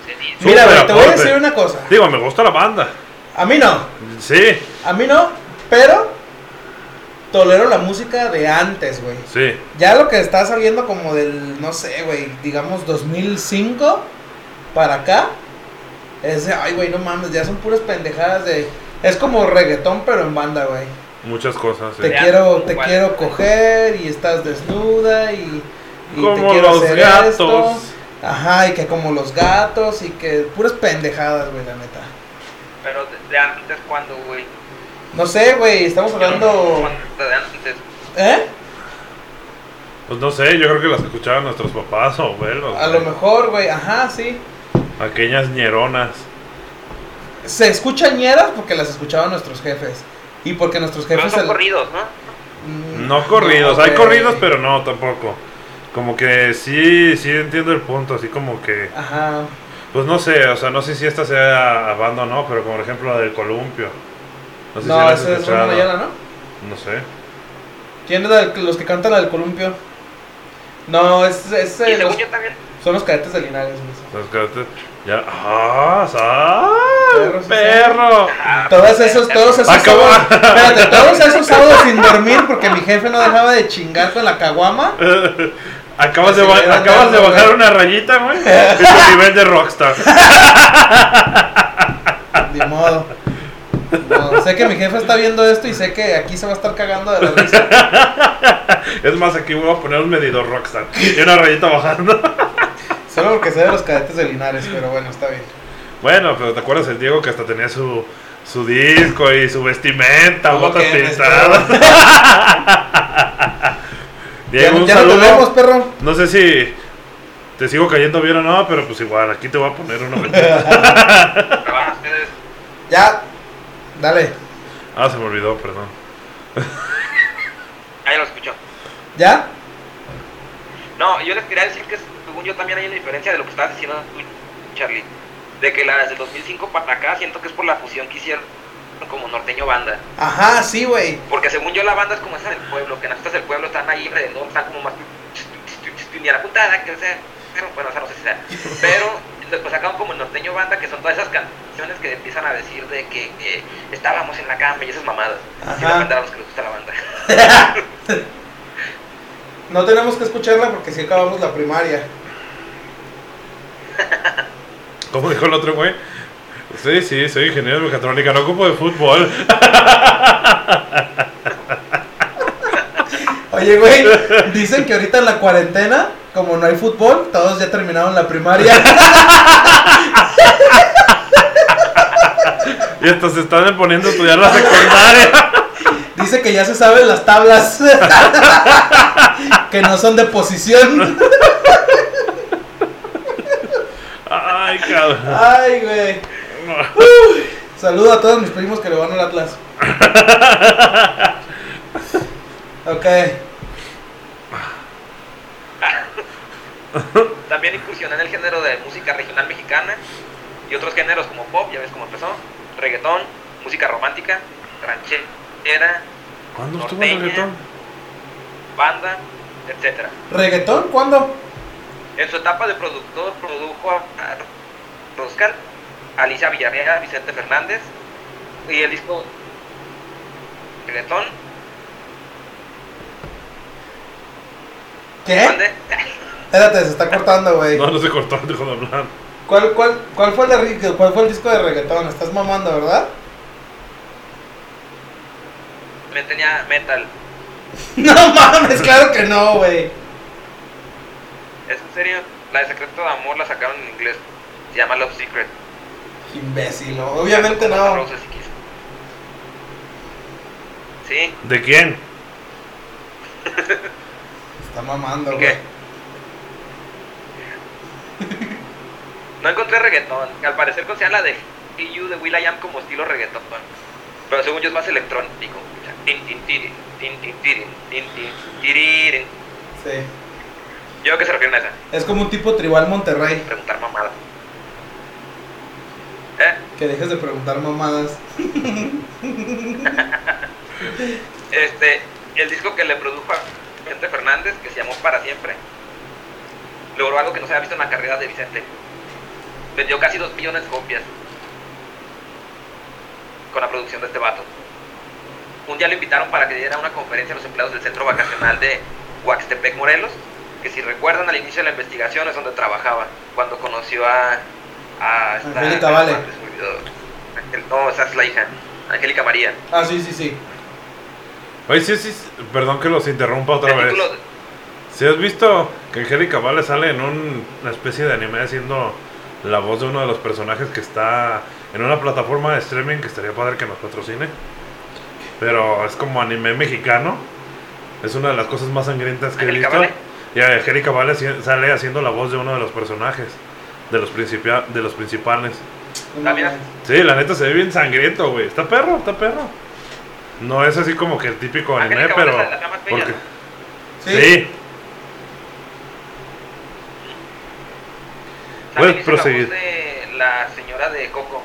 Speaker 3: Se dice.
Speaker 2: Mira, güey,
Speaker 4: Súper
Speaker 2: te voy a
Speaker 4: aporte.
Speaker 2: decir una cosa.
Speaker 4: Digo, me gusta la banda.
Speaker 2: A mí no,
Speaker 4: Sí,
Speaker 2: a mí no, pero tolero la música de antes, güey.
Speaker 4: sí.
Speaker 2: Ya lo que está saliendo como del, no sé, güey, digamos 2005 para acá, es de, ay, güey, no mames, ya son puras pendejadas de... Es como reggaetón, pero en banda, güey.
Speaker 4: Muchas cosas. sí.
Speaker 2: Te
Speaker 3: Ya,
Speaker 2: quiero, te
Speaker 3: igual.
Speaker 2: quiero coger y estás desnuda y... y te
Speaker 4: Como
Speaker 2: quiero
Speaker 4: los
Speaker 2: hacer
Speaker 4: gatos.
Speaker 2: esto. Ajá, y que como los gatos y que puras pendejadas, güey, la neta.
Speaker 3: Pero de, de antes, cuando, güey?
Speaker 2: No sé, güey, estamos hablando...
Speaker 3: Cuando De antes.
Speaker 2: ¿Eh?
Speaker 4: Pues no sé, yo creo que las escuchaban nuestros papás o abuelos.
Speaker 2: A lo
Speaker 4: güey.
Speaker 2: mejor, güey, ajá, sí.
Speaker 4: Aquellas ñeronas.
Speaker 2: Se escuchan ñeras porque las escuchaban nuestros jefes. Y porque nuestros
Speaker 3: Pero
Speaker 2: jefes...
Speaker 3: son
Speaker 2: se-
Speaker 3: corridos, ¿no?
Speaker 2: Mm,
Speaker 4: No corridos, hay
Speaker 2: güey.
Speaker 4: corridos, pero no tampoco. Como que sí, sí entiendo el punto, así como que,
Speaker 2: Ajá.
Speaker 4: pues no sé, o sea, no sé si esta sea banda o no, pero como por ejemplo la del columpio. No sé si
Speaker 2: No,
Speaker 4: la has
Speaker 2: esa es una
Speaker 4: escuchado.
Speaker 2: Nayara, ¿no?
Speaker 4: No sé.
Speaker 2: ¿Quién es la del- los que cantan la del columpio? No, es, es,
Speaker 3: y
Speaker 2: eh,
Speaker 3: según
Speaker 2: los-
Speaker 3: yo también,
Speaker 2: son los cadetes de Linares. güey.
Speaker 4: Los cadetes- Ya. ¡Ah! ¡Ah!
Speaker 2: Perro, sí,
Speaker 4: ¡Perro!
Speaker 3: Ah, pues,
Speaker 2: Todos esos, todos esos
Speaker 4: Acabó.
Speaker 2: sábados, espérate, todos esos sábados sin dormir porque mi jefe no dejaba de chingar con la caguama.
Speaker 4: Acabas, de,
Speaker 2: Se
Speaker 4: ba-
Speaker 2: le dan
Speaker 4: acabas de
Speaker 2: dando, ¿eh?
Speaker 4: bajar
Speaker 2: güey.
Speaker 4: una rayita, güey. Es tu nivel de rockstar.
Speaker 2: Ni modo. No, sé que mi jefe está viendo esto y sé que aquí se va a estar cagando de la risa.
Speaker 4: Es más, aquí voy a poner un medidor rockstar. Y una rayita bajando.
Speaker 2: Solo porque sé de los cadetes de Linares, pero bueno, está bien.
Speaker 4: Bueno, pero ¿te acuerdas el Diego que hasta tenía su, su disco y su vestimenta,
Speaker 2: Como
Speaker 4: botas
Speaker 2: que me
Speaker 4: pintadas?
Speaker 2: Ya,
Speaker 4: Diego, un
Speaker 2: este ya no te vemos,
Speaker 4: saludo.
Speaker 2: perro.
Speaker 4: No sé si te sigo cayendo bien o no, pero pues igual, aquí te voy a poner una
Speaker 3: trabajan ustedes.
Speaker 2: Ya. Dale.
Speaker 4: Ah, se me olvidó, perdón.
Speaker 3: Ah, ya lo escuchó.
Speaker 2: ¿Ya?
Speaker 3: No, yo les quería decir que según yo también hay una diferencia de lo que estabas diciendo tú, Charlie. De que la desde 2005 para acá siento que es por la fusión que hicieron como norteño banda.
Speaker 2: Ajá, sí, güey.
Speaker 3: Porque según yo la banda es como esa del pueblo, que en las fiestas del pueblo están ahí alrededor, están como más ni a la puntada, que sea, pero bueno, o sea, no sé si sea. Pero después sacaron como el norteño banda, que son todas esas canciones que empiezan a decir de que eh, estábamos en la cama y esas mamadas. Así
Speaker 2: Ajá.
Speaker 3: ofender a los que les gusta la banda.
Speaker 2: No tenemos que escucharla porque si acabamos la primaria.
Speaker 4: Como dijo el otro güey. Sí, sí, soy ingeniero de mecatrónica, no ocupo de fútbol.
Speaker 2: Oye, güey, dicen que ahorita en la cuarentena, como no hay fútbol, todos ya terminaron la primaria.
Speaker 4: Y hasta se están poniendo a estudiar la secundaria.
Speaker 2: Dice que ya se saben las tablas. que no son de posición.
Speaker 4: Ay, cabrón.
Speaker 2: Ay, güey. Saludo a todos mis primos que le van al Atlas. Ok.
Speaker 3: También incursioné en el género de música regional mexicana y otros géneros como pop, ya ves cómo empezó, reggaetón, música romántica, ranchera,
Speaker 4: ¿Cuándo estuvo
Speaker 3: Norteña.
Speaker 4: el reggaetón?
Speaker 3: banda, etcétera.
Speaker 2: ¿Reggaetón? ¿Cuándo?
Speaker 3: En su etapa de productor produjo a a Oscar, Alicia Villarreal, Vicente Fernández y el disco reggaetón,
Speaker 2: ¿Qué?
Speaker 3: ¿mande?
Speaker 2: Espérate, se está cortando, güey.
Speaker 4: No, no se cortó, dejó de hablar.
Speaker 2: ¿Cuál, cuál, cuál, fue el de re- ¿Cuál fue el disco de reggaetón? Estás mamando, ¿verdad?
Speaker 3: Me tenía metal.
Speaker 2: No mames, claro que no, güey.
Speaker 3: Es en serio, la de Secreto de Amor la sacaron en inglés. Se llama Love Secret.
Speaker 2: Imbécil, obviamente no.
Speaker 3: Roses y Kiss. Sí,
Speaker 4: ¿De quién?
Speaker 2: Está mamando,
Speaker 3: ¿y
Speaker 2: güey.
Speaker 3: qué? No encontré reggaetón. Al parecer consideran la de EU de Will I Am como estilo reggaetón. Pero según yo es más electrónico. Tin, tin, tirin, tin, tin, tirin, tin, tin, tiririn.
Speaker 2: Sí.
Speaker 3: Yo creo que se refieren a esa.
Speaker 2: Es como un tipo tribal Monterrey,
Speaker 3: Preguntar mamada. ¿Eh?
Speaker 2: que dejes de preguntar mamadas.
Speaker 3: Este, el disco que le produjo a Vicente Fernández, que se llamó Para Siempre, logró algo que no se había visto en la carrera de Vicente. Vendió casi 2 millones de copias con la producción de este vato. Un día lo invitaron para que diera una conferencia a los empleados del centro vacacional de Huaxtepec, Morelos, que si recuerdan al inicio de la investigación es donde trabajaba, cuando conoció a... a esta-
Speaker 2: Angélica Vale.
Speaker 3: se me olvidó. Ángel- No, esa es la hija, Angélica María.
Speaker 2: Ah, sí, sí, sí.
Speaker 4: Oye, sí, sí, sí, perdón que los interrumpa otra
Speaker 3: El
Speaker 4: vez.
Speaker 3: título-
Speaker 4: Si has visto que Angélica Vale sale en un- una especie de anime haciendo la voz de uno de los personajes que está en una plataforma de streaming que estaría padre que nos patrocine. Pero es como anime mexicano. Es una de las cosas más sangrientas que he
Speaker 3: ¿Angélica
Speaker 4: visto.
Speaker 3: Vale?
Speaker 4: Y Angélica Vale haci- sale haciendo la voz de uno de los personajes, de los, principia- de los principales.
Speaker 2: No
Speaker 3: Ah, mira.
Speaker 2: mames.
Speaker 4: Sí, la neta se ve bien sangriento, güey. Está perro, está perro. No es así como que el típico anime,
Speaker 3: Angélica Vale
Speaker 4: pero.
Speaker 3: es la- la más bella,
Speaker 4: porque-
Speaker 3: ¿no?
Speaker 2: Sí.
Speaker 4: Sí.
Speaker 3: También
Speaker 4: Puedes
Speaker 3: hizo la voz
Speaker 4: proseguir.
Speaker 3: de la señora de Coco.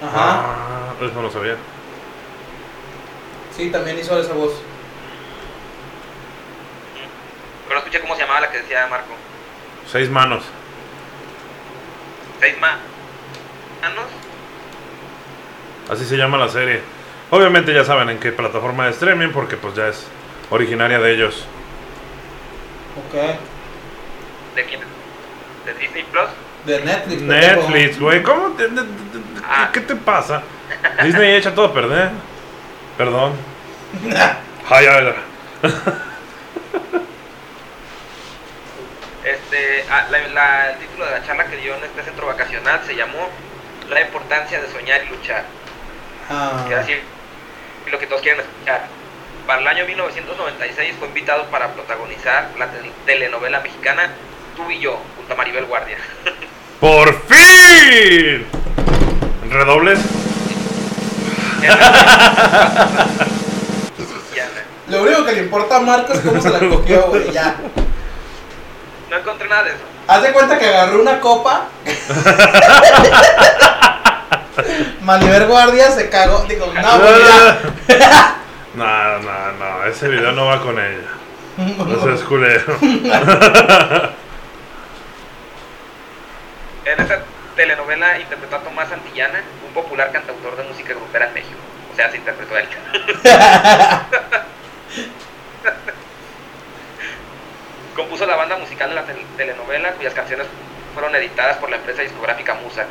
Speaker 2: Ajá.
Speaker 4: Ah, eso no lo sabía.
Speaker 2: Sí, también hizo esa voz.
Speaker 3: Pero no escuché cómo se llamaba la que decía Marco.
Speaker 4: Seis manos.
Speaker 3: Seis ma- manos.
Speaker 4: Así se llama la serie. Obviamente ya saben en qué plataforma de streaming porque pues ya es originaria de ellos.
Speaker 2: Ok.
Speaker 3: ¿De quién? ¿De Disney Plus?
Speaker 2: De Netflix. pendejo.
Speaker 4: Netflix, güey. ¿Cómo te, te- te- te-
Speaker 3: Ah.
Speaker 4: ¿Qué te pasa? Disney echa todo a perder. Perdón. Ay, ay, ay.
Speaker 3: Este, ah, la- la- el título de la charla que dio en este centro vacacional se llamó La importancia de soñar y luchar.
Speaker 2: Ah.
Speaker 3: Que es decir, lo que todos quieren escuchar. Para el año 1996 fue invitado para protagonizar la tel- telenovela mexicana Tú y yo, junto a Maribel Guardia.
Speaker 4: ¡Por fin! Redobles.
Speaker 3: Mexicana.
Speaker 2: Lo único que le importa a Marco es cómo se la cogió, güey. Ya.
Speaker 3: No encontré nada de eso.
Speaker 2: Haz de cuenta que agarró una copa. Maliver Guardia se cagó. Digo, no, güey, Ah, ya.
Speaker 4: No, no, no. Ese video no va con ella. No seas culero.
Speaker 3: En esta telenovela interpretó a Tomás Santillana, un popular cantautor de música grupera en México. O sea, se interpretó a él. banda musical de la tel- telenovela cuyas canciones fueron editadas por la empresa discográfica Musa,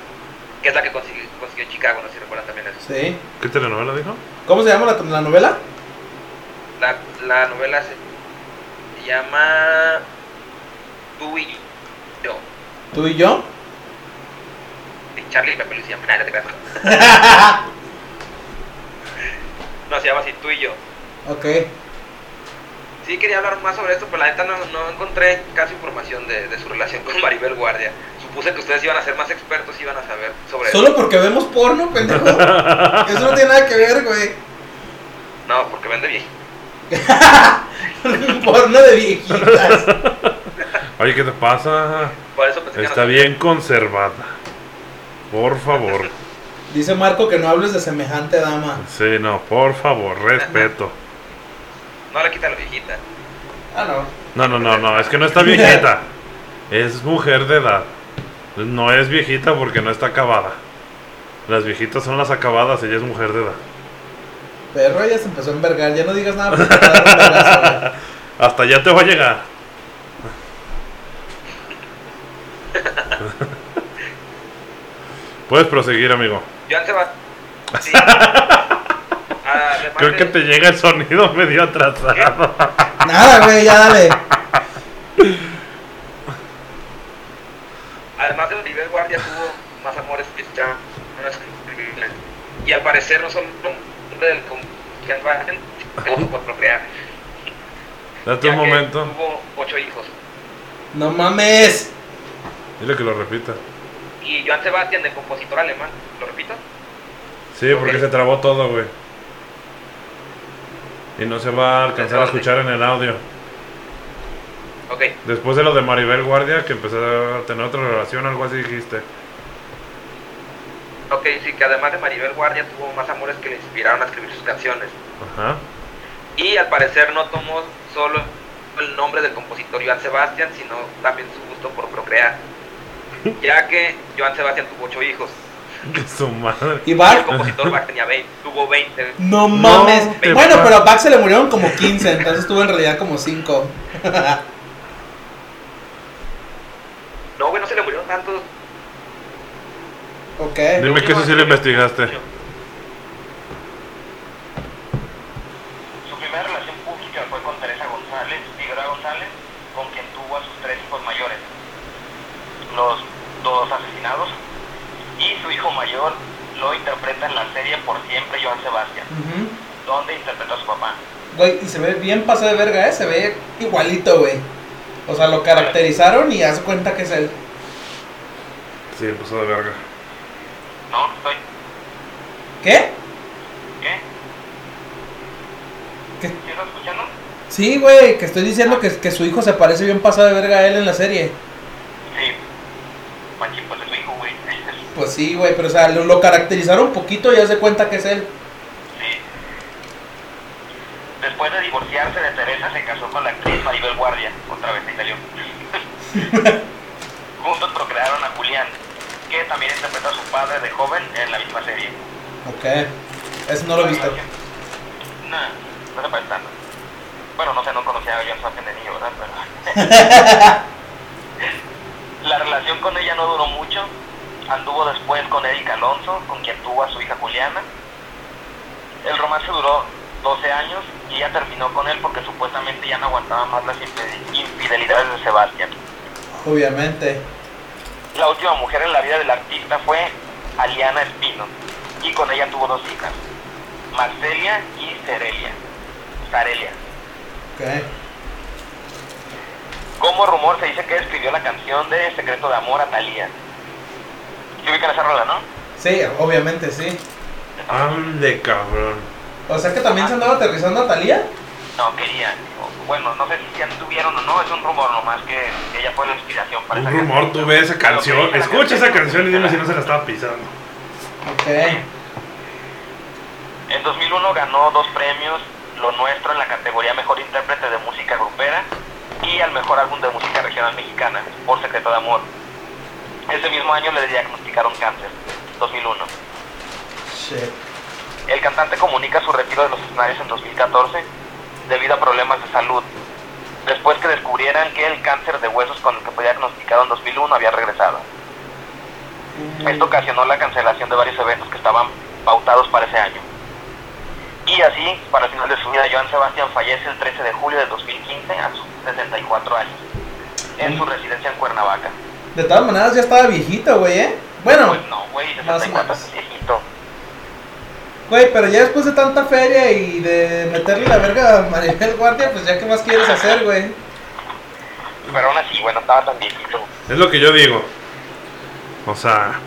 Speaker 3: que es la que consiguió, consiguió Chicago, no sé si recuerdan también eso.
Speaker 2: Sí.
Speaker 4: ¿Qué telenovela dijo?
Speaker 2: ¿Cómo se llama la, la novela?
Speaker 3: La, la novela se se llama Tú y yo,
Speaker 2: ¿Tú y yo?
Speaker 3: de Charlie y Pepe Luis, se llama. Nah, no te creas. No, se llama así, Tú y yo.
Speaker 2: ok.
Speaker 3: Sí, quería hablar más sobre esto, pero la neta no, no encontré casi información de, de su relación con Maribel Guardia. Supuse que ustedes iban a ser más expertos y iban a saber sobre
Speaker 2: Solo porque vemos porno, pendejo. Eso no tiene nada que ver, güey.
Speaker 3: eso. No, porque vende bien.
Speaker 2: porno de viejitas.
Speaker 4: Oye, ¿qué te pasa?
Speaker 3: Por eso pensé que
Speaker 4: Está
Speaker 3: no-
Speaker 4: bien conservada. Por favor.
Speaker 2: Dice Marco que no hables de semejante dama.
Speaker 4: Sí, no, por favor, respeto.
Speaker 3: No le quita la viejita.
Speaker 2: Ah, no.
Speaker 4: No, no, no, no, es que no está viejita. Es mujer de edad. No es viejita porque no está acabada. Las viejitas son las acabadas, ella es mujer de edad.
Speaker 2: Perro ya se empezó a envergar. Ya no digas nada porque te va a dar un vergazo, güey.
Speaker 4: Hasta allá te va a llegar. Puedes proseguir, amigo.
Speaker 3: Joan Sebastián. Sí. Ah, además
Speaker 4: Creo que
Speaker 3: de-
Speaker 4: te llega el sonido medio atrasado.
Speaker 2: Nada, güey, ya dale.
Speaker 3: Además de Maribel Guardia tuvo más amores que ya no es escribible. Y al parecer no son hombre del con- que andan- que no por procrear.
Speaker 4: Date un
Speaker 3: ya que
Speaker 4: momento.
Speaker 3: Tuvo ocho hijos.
Speaker 2: No mames.
Speaker 4: Dile que lo repita.
Speaker 3: Y Joan Sebastián, el compositor alemán, lo repito,
Speaker 4: Sí, porque
Speaker 3: Ok.
Speaker 4: se trabó todo, güey. Y no se va a alcanzar a escuchar en el audio.
Speaker 3: ok,
Speaker 4: Después de lo de Maribel Guardia, que empezó a tener otra relación, algo así dijiste.
Speaker 3: ok, sí, que además de Maribel Guardia tuvo más amores que le inspiraron a escribir sus canciones.
Speaker 4: Ajá.
Speaker 3: Y al parecer no tomó solo el nombre del compositor Joan Sebastián, sino también su gusto por procrear. Ya que Joan Sebastián tuvo ocho hijos.
Speaker 4: Que su madre.
Speaker 2: Y
Speaker 3: Y el
Speaker 2: Bach.
Speaker 3: compositor Bach tenía 20, tuvo 20.
Speaker 2: No mames.
Speaker 4: te
Speaker 2: bueno,
Speaker 4: pa-
Speaker 2: pero a Bach se le murieron como 15, entonces tuvo en realidad como 5.
Speaker 3: No, güey, no se le murieron tantos.
Speaker 2: ok.
Speaker 4: Dime que eso sí lo investigaste.
Speaker 5: Su primera relación pública fue con Teresa González, Figueroa González, con quien tuvo a sus tres hijos mayores, los dos asesinados, y su hijo mayor lo interpreta en la serie Por Siempre Joan Sebastián,
Speaker 2: Ujú.
Speaker 5: donde interpretó a su papá.
Speaker 2: Güey, y se ve bien paso de verga, ¿eh? Se ve igualito, güey. O sea, lo caracterizaron y hace cuenta que es él.
Speaker 4: Sí, empezó de verga.
Speaker 5: No, estoy...
Speaker 2: ¿Qué?
Speaker 5: ¿Qué?
Speaker 2: ¿Qué?
Speaker 5: ¿Sí estás escuchando?
Speaker 2: Sí, güey, que estoy diciendo que, que su hijo se parece bien pasado de verga a él en la serie.
Speaker 5: Sí. Machín, pues es su hijo, güey.
Speaker 2: Pues sí, güey, pero o sea, lo, lo caracterizaron un poquito y hace cuenta que es él.
Speaker 5: Sí. Después de divorciarse de Teresa, se casó con la actriz Maribel Guardia, otra vez ahí salió. Juntos procrearon a Julián, que también interpreta a su padre de joven en la misma serie.
Speaker 2: Ok. Eso no lo he visto.
Speaker 5: No, no se parece tanto. Bueno, no sé, no conocía a John Sebastian de niño, ¿verdad? Pero... la relación con ella no duró mucho. Anduvo después con Eric Alonso, con quien tuvo a su hija Juliana. El romance duró 12 años y ella terminó con él porque supuestamente ya no aguantaba más las infide- infidelidades de Sebastián.
Speaker 2: Obviamente.
Speaker 5: La última mujer en la vida del artista fue Aliana Espino y con ella tuvo dos hijas, Marcelia y Cerelia. Sarelia.
Speaker 2: Ok.
Speaker 5: Como rumor se dice que escribió la canción de Secreto de Amor a Talía. ¿Se ubican esa rola, no?
Speaker 2: Sí, obviamente sí.
Speaker 4: Ande, cabrón.
Speaker 2: O sea que también se andaba aterrizando a Talía.
Speaker 5: No, quería. O- Bueno, no sé si ya tuvieron o no, es un rumor nomás que ella fue la inspiración para
Speaker 4: Un
Speaker 5: esa
Speaker 4: rumor,
Speaker 5: canción.
Speaker 4: tú ves esa
Speaker 5: Pero que
Speaker 4: canción.
Speaker 5: dice la
Speaker 4: Escucha esa canción y dime si no se la estaba pisando.
Speaker 2: Ok.
Speaker 5: En 2001 ganó dos premios, lo nuestro en la categoría Mejor Intérprete de Música Grupera y al Mejor Álbum de Música Regional Mexicana, por Secreto de Amor. Ese mismo año le diagnosticaron cáncer, 2001.
Speaker 2: Shit.
Speaker 5: El cantante comunica su retiro de los escenarios en 2014 debido a problemas de salud. después que descubrieran que el cáncer de huesos con el que fue diagnosticado en 2001 había regresado. Esto ocasionó la cancelación de varios eventos que estaban pautados para ese año. Y así, para el final de su vida, Joan Sebastián fallece el 13 de julio de 2015 a sus 64 años, en su residencia en Cuernavaca.
Speaker 2: De todas maneras, ya estaba viejito, güey, ¿eh? Bueno,
Speaker 5: Pues no, güey,
Speaker 2: más o
Speaker 5: 64
Speaker 2: menos.
Speaker 5: es viejito.
Speaker 2: güey, pero ya después de tanta feria y de meterle la verga a Maribel Guardia, pues ya qué más quieres hacer, güey.
Speaker 5: Pero aún así, bueno, estaba tan viejito.
Speaker 4: Es lo que yo digo. O sea,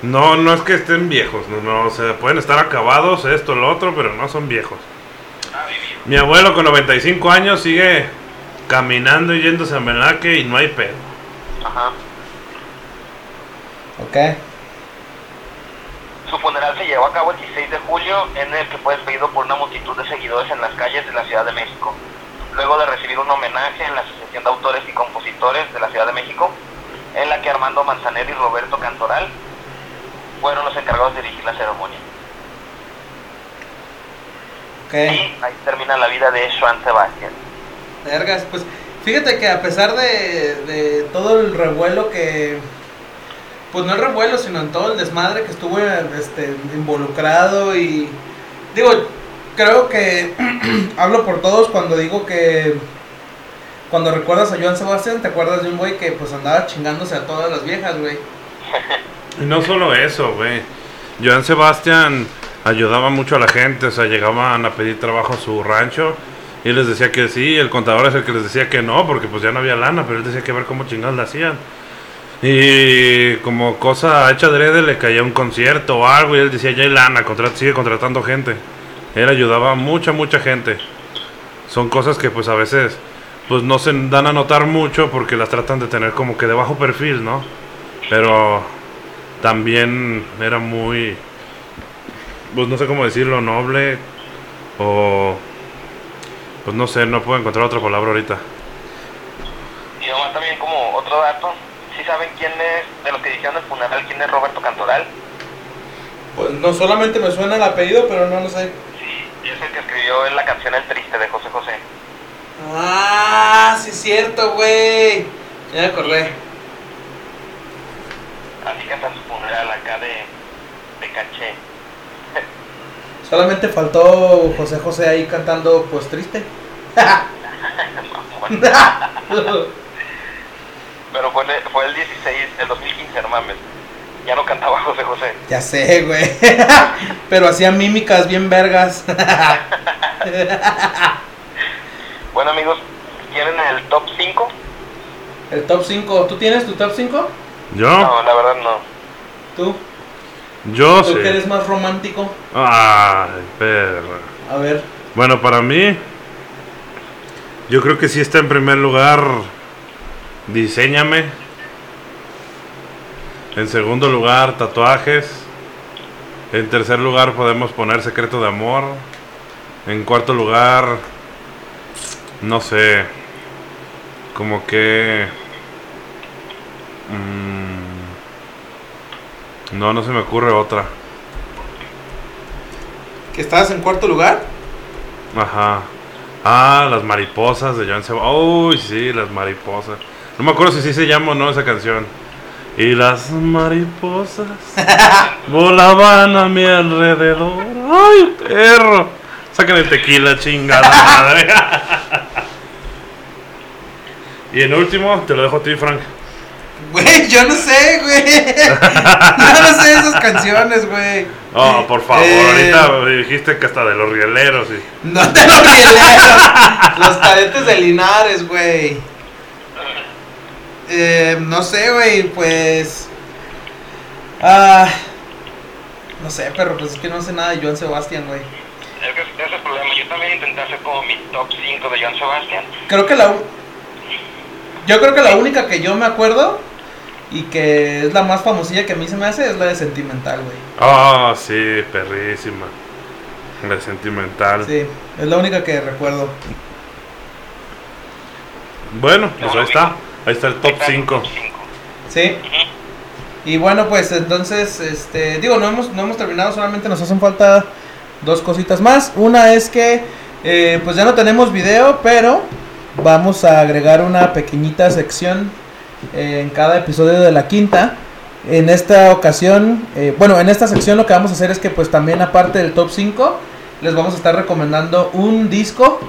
Speaker 4: no, no es que estén viejos, no, no, o sea, pueden estar acabados, esto, lo otro, pero no son viejos. Mi abuelo con 95 años sigue caminando y yéndose a Menaque y no hay pedo.
Speaker 5: Ajá.
Speaker 2: Ok.
Speaker 5: Su funeral se llevó a cabo el 16 de julio, en el que fue despedido por una multitud de seguidores en las calles de la Ciudad de México, luego de recibir un homenaje en la Asociación de Autores y Compositores de la Ciudad de México, en la que Armando Manzanero y Roberto Cantoral fueron los encargados de dirigir la ceremonia.
Speaker 2: Ok.
Speaker 5: Y ahí termina la vida de Joan Sebastián.
Speaker 2: Vergas, pues fíjate que a pesar de, de todo el revuelo que. Pues no el revuelo, sino en todo el desmadre que estuvo este, involucrado y. Digo, creo que hablo por todos cuando digo que. Cuando recuerdas a Joan Sebastián, te acuerdas de un güey que pues andaba chingándose a todas las viejas, güey.
Speaker 4: Y no solo eso, güey. Joan Sebastián ayudaba mucho a la gente, o sea, llegaban a pedir trabajo a su rancho y él les decía que sí, el contador es el que les decía que no, porque pues ya no había lana, pero él decía que a ver cómo chingados la hacían. Y como cosa hecha adrede le caía un concierto o algo y él decía, ya hay lana, contra- sigue contratando gente. Él ayudaba a mucha, mucha gente. Son cosas que pues a veces pues no se dan a notar mucho porque las tratan de tener como que de bajo perfil, ¿no? Pero también era muy, pues no sé cómo decirlo, noble o, pues no sé, no puedo encontrar otra palabra ahorita.
Speaker 5: Y nomás también como otro dato, si saben quién es, de los que hicieron el funeral, quién es Roberto Cantoral,
Speaker 2: Pues no solamente me suena el apellido, pero no lo sé.
Speaker 5: sí, es el que escribió la canción El Triste de José José.
Speaker 2: Ah, sí es cierto, güey. Ya me acordé.
Speaker 5: Así que hasta su funeral acá de, de caché.
Speaker 2: Solamente faltó José José ahí cantando pues triste.
Speaker 5: Bueno, pero fue, el- fue el 16, el 2015, no mames. Ya no cantaba José José.
Speaker 2: ya sé, güey. Pero hacía mímicas bien vergas.
Speaker 5: Bueno amigos, ¿tienen el top 5?
Speaker 2: El top 5. ¿Tú tienes tu top 5?
Speaker 4: Yo,
Speaker 5: No, la verdad no.
Speaker 2: ¿Tú?
Speaker 4: yo
Speaker 2: ¿Tú que
Speaker 4: sí.
Speaker 2: eres más romántico?
Speaker 4: Ay, perra.
Speaker 2: A ver.
Speaker 4: Bueno, para mí, yo creo que sí está en primer lugar Diseñame. En segundo lugar, Tatuajes. En tercer lugar, podemos poner Secreto de Amor. En cuarto lugar, no sé, como que... mm, no, no se me ocurre otra.
Speaker 2: ¿Que estabas en cuarto lugar?
Speaker 4: Ajá. Ah, las mariposas de Joan Sebastián. Uy, sí, las mariposas. No me acuerdo si sí se llama o no esa canción. Y las mariposas volaban a mi alrededor. ¡Ay, perro! Sacan el tequila, chingada madre. y en último, te lo dejo a ti, Frank.
Speaker 2: Güey, yo no sé, güey. Yo no sé esas canciones, güey.
Speaker 4: Oh, por favor,
Speaker 2: Eh,
Speaker 4: ahorita dijiste que hasta de los rieleros. Y...
Speaker 2: No te lo rieles. Los cadetes de Linares, güey. Eh, no sé, güey, pues. Ah. No sé, pero pues es que no sé nada de Joan Sebastián, güey.
Speaker 5: Es que ese es el problema. Yo también intenté hacer como mi top 5 de Joan Sebastián.
Speaker 2: Creo que la. u- Yo creo que la única que yo me acuerdo y que es la más famosilla que a mí se me hace es la de Sentimental, güey.
Speaker 4: Oh, sí, perrísima. La sentimental.
Speaker 2: Sí, es la única que recuerdo.
Speaker 4: Bueno, pues ahí está. Ahí está el top
Speaker 5: Está en el
Speaker 4: 5.
Speaker 5: top cinco.
Speaker 2: Sí. Y bueno, pues entonces, este, digo, no hemos, no hemos terminado, solamente nos hacen falta dos cositas más. Una es que, eh, pues ya no tenemos video, pero vamos a agregar una pequeñita sección eh, en cada episodio de la quinta. En esta ocasión, eh, bueno, en esta sección lo que vamos a hacer es que pues también aparte del top 5, les vamos a estar recomendando un disco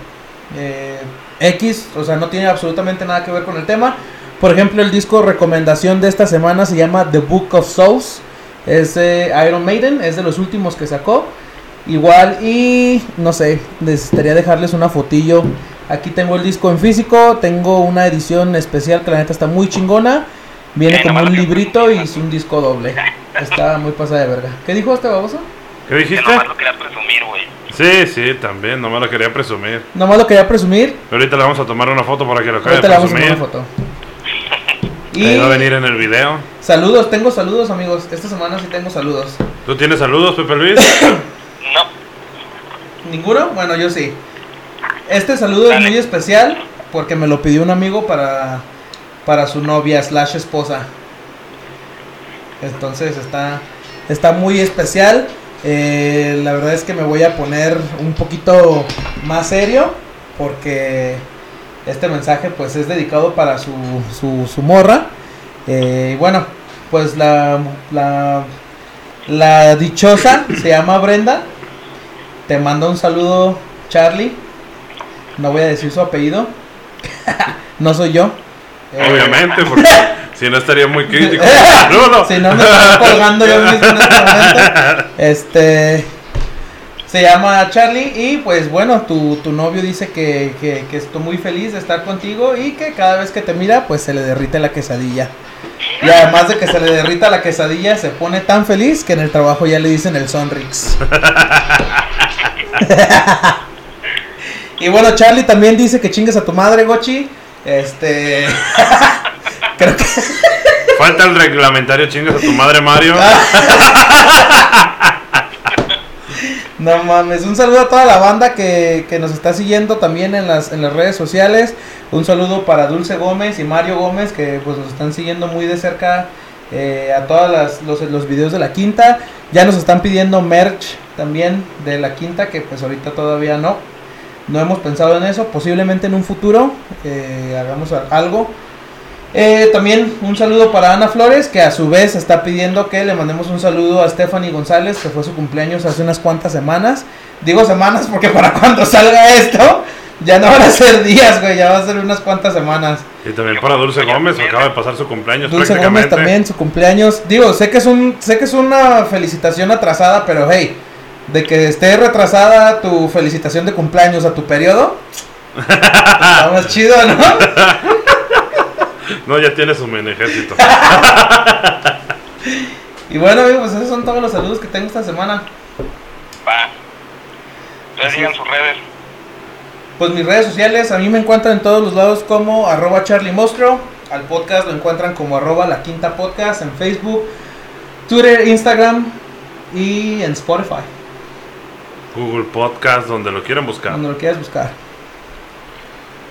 Speaker 2: eh, X, o sea, no tiene absolutamente nada que ver con el tema. Por ejemplo, el disco recomendación de esta semana se llama The Book of Souls. Es de Iron Maiden, es de los últimos que sacó. Igual y no sé, necesitaría dejarles una fotillo. Aquí tengo el disco en físico, tengo una edición especial que la neta está muy chingona. Viene
Speaker 5: Eh,
Speaker 2: como
Speaker 5: nomás
Speaker 2: un
Speaker 5: que-
Speaker 2: librito y es un disco doble. Está muy pasada de verga. ¿Qué dijo este baboso?
Speaker 4: ¿Qué
Speaker 5: Que
Speaker 4: dijiste?
Speaker 5: nomás lo querías presumir, güey.
Speaker 4: Sí, sí, también, no me lo quería presumir.
Speaker 2: Nomás lo quería presumir.
Speaker 4: Pero ahorita le vamos a tomar una foto para que lo acabe
Speaker 2: Ahorita
Speaker 4: de
Speaker 2: le vamos a tomar una
Speaker 4: presumir.
Speaker 2: foto.
Speaker 4: Ahí
Speaker 2: Y
Speaker 4: va a venir en el video.
Speaker 2: saludos, tengo saludos amigos. Esta semana sí tengo saludos.
Speaker 4: ¿Tú tienes saludos, Pepe Luis?
Speaker 2: Eh.
Speaker 5: No,
Speaker 2: ¿Ninguno? Bueno, yo sí. Este saludo es
Speaker 5: Dale.
Speaker 2: muy especial porque me lo pidió un amigo para, para su novia slash esposa. Entonces está, está muy especial. Eh, la verdad es que me voy a poner un poquito más serio porque este mensaje pues es dedicado para su, su, su morra. Eh, y bueno, pues la, la, la dichosa se llama Brenda. Te mando un saludo, Charlie. No voy a decir su apellido. no soy yo. Eh,
Speaker 4: Obviamente, porque si no estaría muy crítico. ¡Saludos!
Speaker 2: si no me estaba colgando yo mismo en este momento. Este. Se llama Charlie y pues bueno, tu, tu novio dice que, que, que estoy muy feliz de estar contigo y que cada vez que te mira pues se le derrite la quesadilla. Y además de que se le derrita la quesadilla se pone tan feliz que en el trabajo ya le dicen el Sonrix. y bueno, Charlie también dice que chingues a tu madre, Gochi. Este... Creo que...
Speaker 4: Falta el reglamentario, chingas a tu madre, Mario.
Speaker 2: Ah. No mames, un saludo a toda la banda que, que nos está siguiendo también en las, en las redes sociales. Un saludo para Dulce Gómez y Mario Gómez que pues nos están siguiendo muy de cerca eh, a todos los, los videos de la quinta. Ya nos están pidiendo merch también de la quinta que pues ahorita todavía no. No hemos pensado en eso, posiblemente en un futuro eh, hagamos a- algo. Eh, también un saludo para Ana Flores, que a su vez está pidiendo que le mandemos un saludo a Stephanie González, que fue su cumpleaños hace unas cuantas semanas. Digo semanas porque para cuando salga esto, ya no van a ser días, güey, ya va a ser unas cuantas semanas.
Speaker 4: Y también para Dulce Gómez, que acaba de pasar su cumpleaños
Speaker 2: Dulce Gómez
Speaker 4: prácticamente.
Speaker 2: también, su cumpleaños. Digo, sé que es un, sé que es una felicitación atrasada, pero hey, de que esté retrasada tu felicitación de cumpleaños a tu periodo, está más chido, ¿no?
Speaker 4: No, ya tiene su mini ejército.
Speaker 2: Y bueno, amigos, pues esos son todos los saludos que tengo esta semana.
Speaker 5: va. Ustedes
Speaker 2: Así
Speaker 5: digan
Speaker 2: es.
Speaker 5: sus redes.
Speaker 2: Pues mis redes sociales, a mí me encuentran en todos los lados como arroba Charlie Mostro. Al podcast lo encuentran como arroba la quinta podcast en Facebook, Twitter, Instagram y en Spotify,
Speaker 4: Google Podcast, donde lo quieran buscar.
Speaker 2: cuando lo quieras buscar.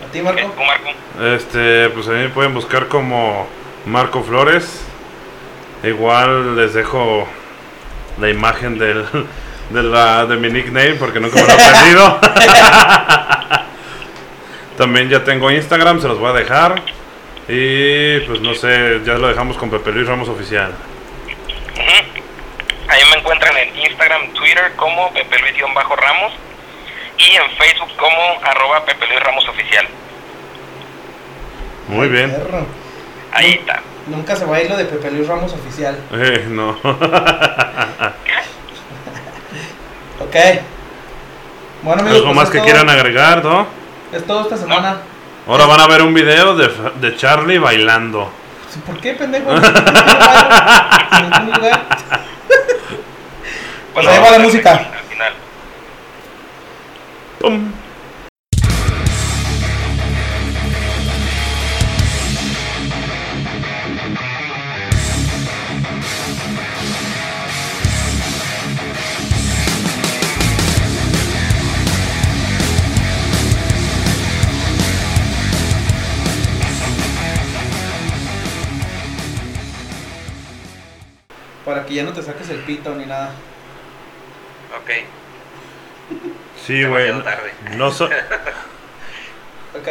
Speaker 2: ¿A ti, Marco?
Speaker 5: Eh, tú, Marco.
Speaker 4: Este, pues a mí me pueden buscar como Marco Flores. Igual les dejo la imagen del, de, la, de mi nickname porque nunca me lo he perdido. También ya tengo Instagram, se los voy a dejar. Y pues no sé, ya lo dejamos con Pepe Luis Ramos Oficial.
Speaker 5: Ahí me encuentran en Instagram, Twitter como Pepe Luis-Ramos y en Facebook como arroba Pepe Luis Ramos Oficial.
Speaker 4: Muy bien.
Speaker 2: Perro.
Speaker 5: Ahí está.
Speaker 2: Nunca se va a ir lo de Pepe Luis Ramos oficial.
Speaker 4: Eh, no.
Speaker 2: Ok. Bueno, amigos,
Speaker 4: Algo
Speaker 2: pues
Speaker 4: más
Speaker 2: es
Speaker 4: que
Speaker 2: todo-
Speaker 4: quieran agregar, ¿no?
Speaker 2: Es todo esta semana.
Speaker 4: Ahora van a ver un video de, de Charlie bailando.
Speaker 2: Sí, ¿Por qué, pendejo? ¿Por qué no bailo? En ningún lugar. Pues ahí va la música.
Speaker 5: Al final.
Speaker 4: ¡Pum!
Speaker 2: Para que ya no te saques el pito ni nada.
Speaker 5: Ok,
Speaker 4: Sí, güey.
Speaker 5: demasiado tarde.
Speaker 4: No, so-
Speaker 2: Ok.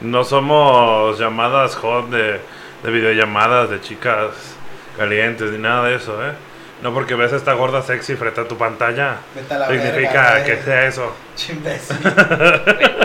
Speaker 4: No somos llamadas hot de, de videollamadas de chicas calientes ni nada de eso, ¿eh? No porque ves a esta gorda sexy frente a tu pantalla.
Speaker 2: Vete a la eh.
Speaker 4: significa
Speaker 2: verga, güey.
Speaker 4: que sea eso.
Speaker 2: Imbécil.
Speaker 3: Güey,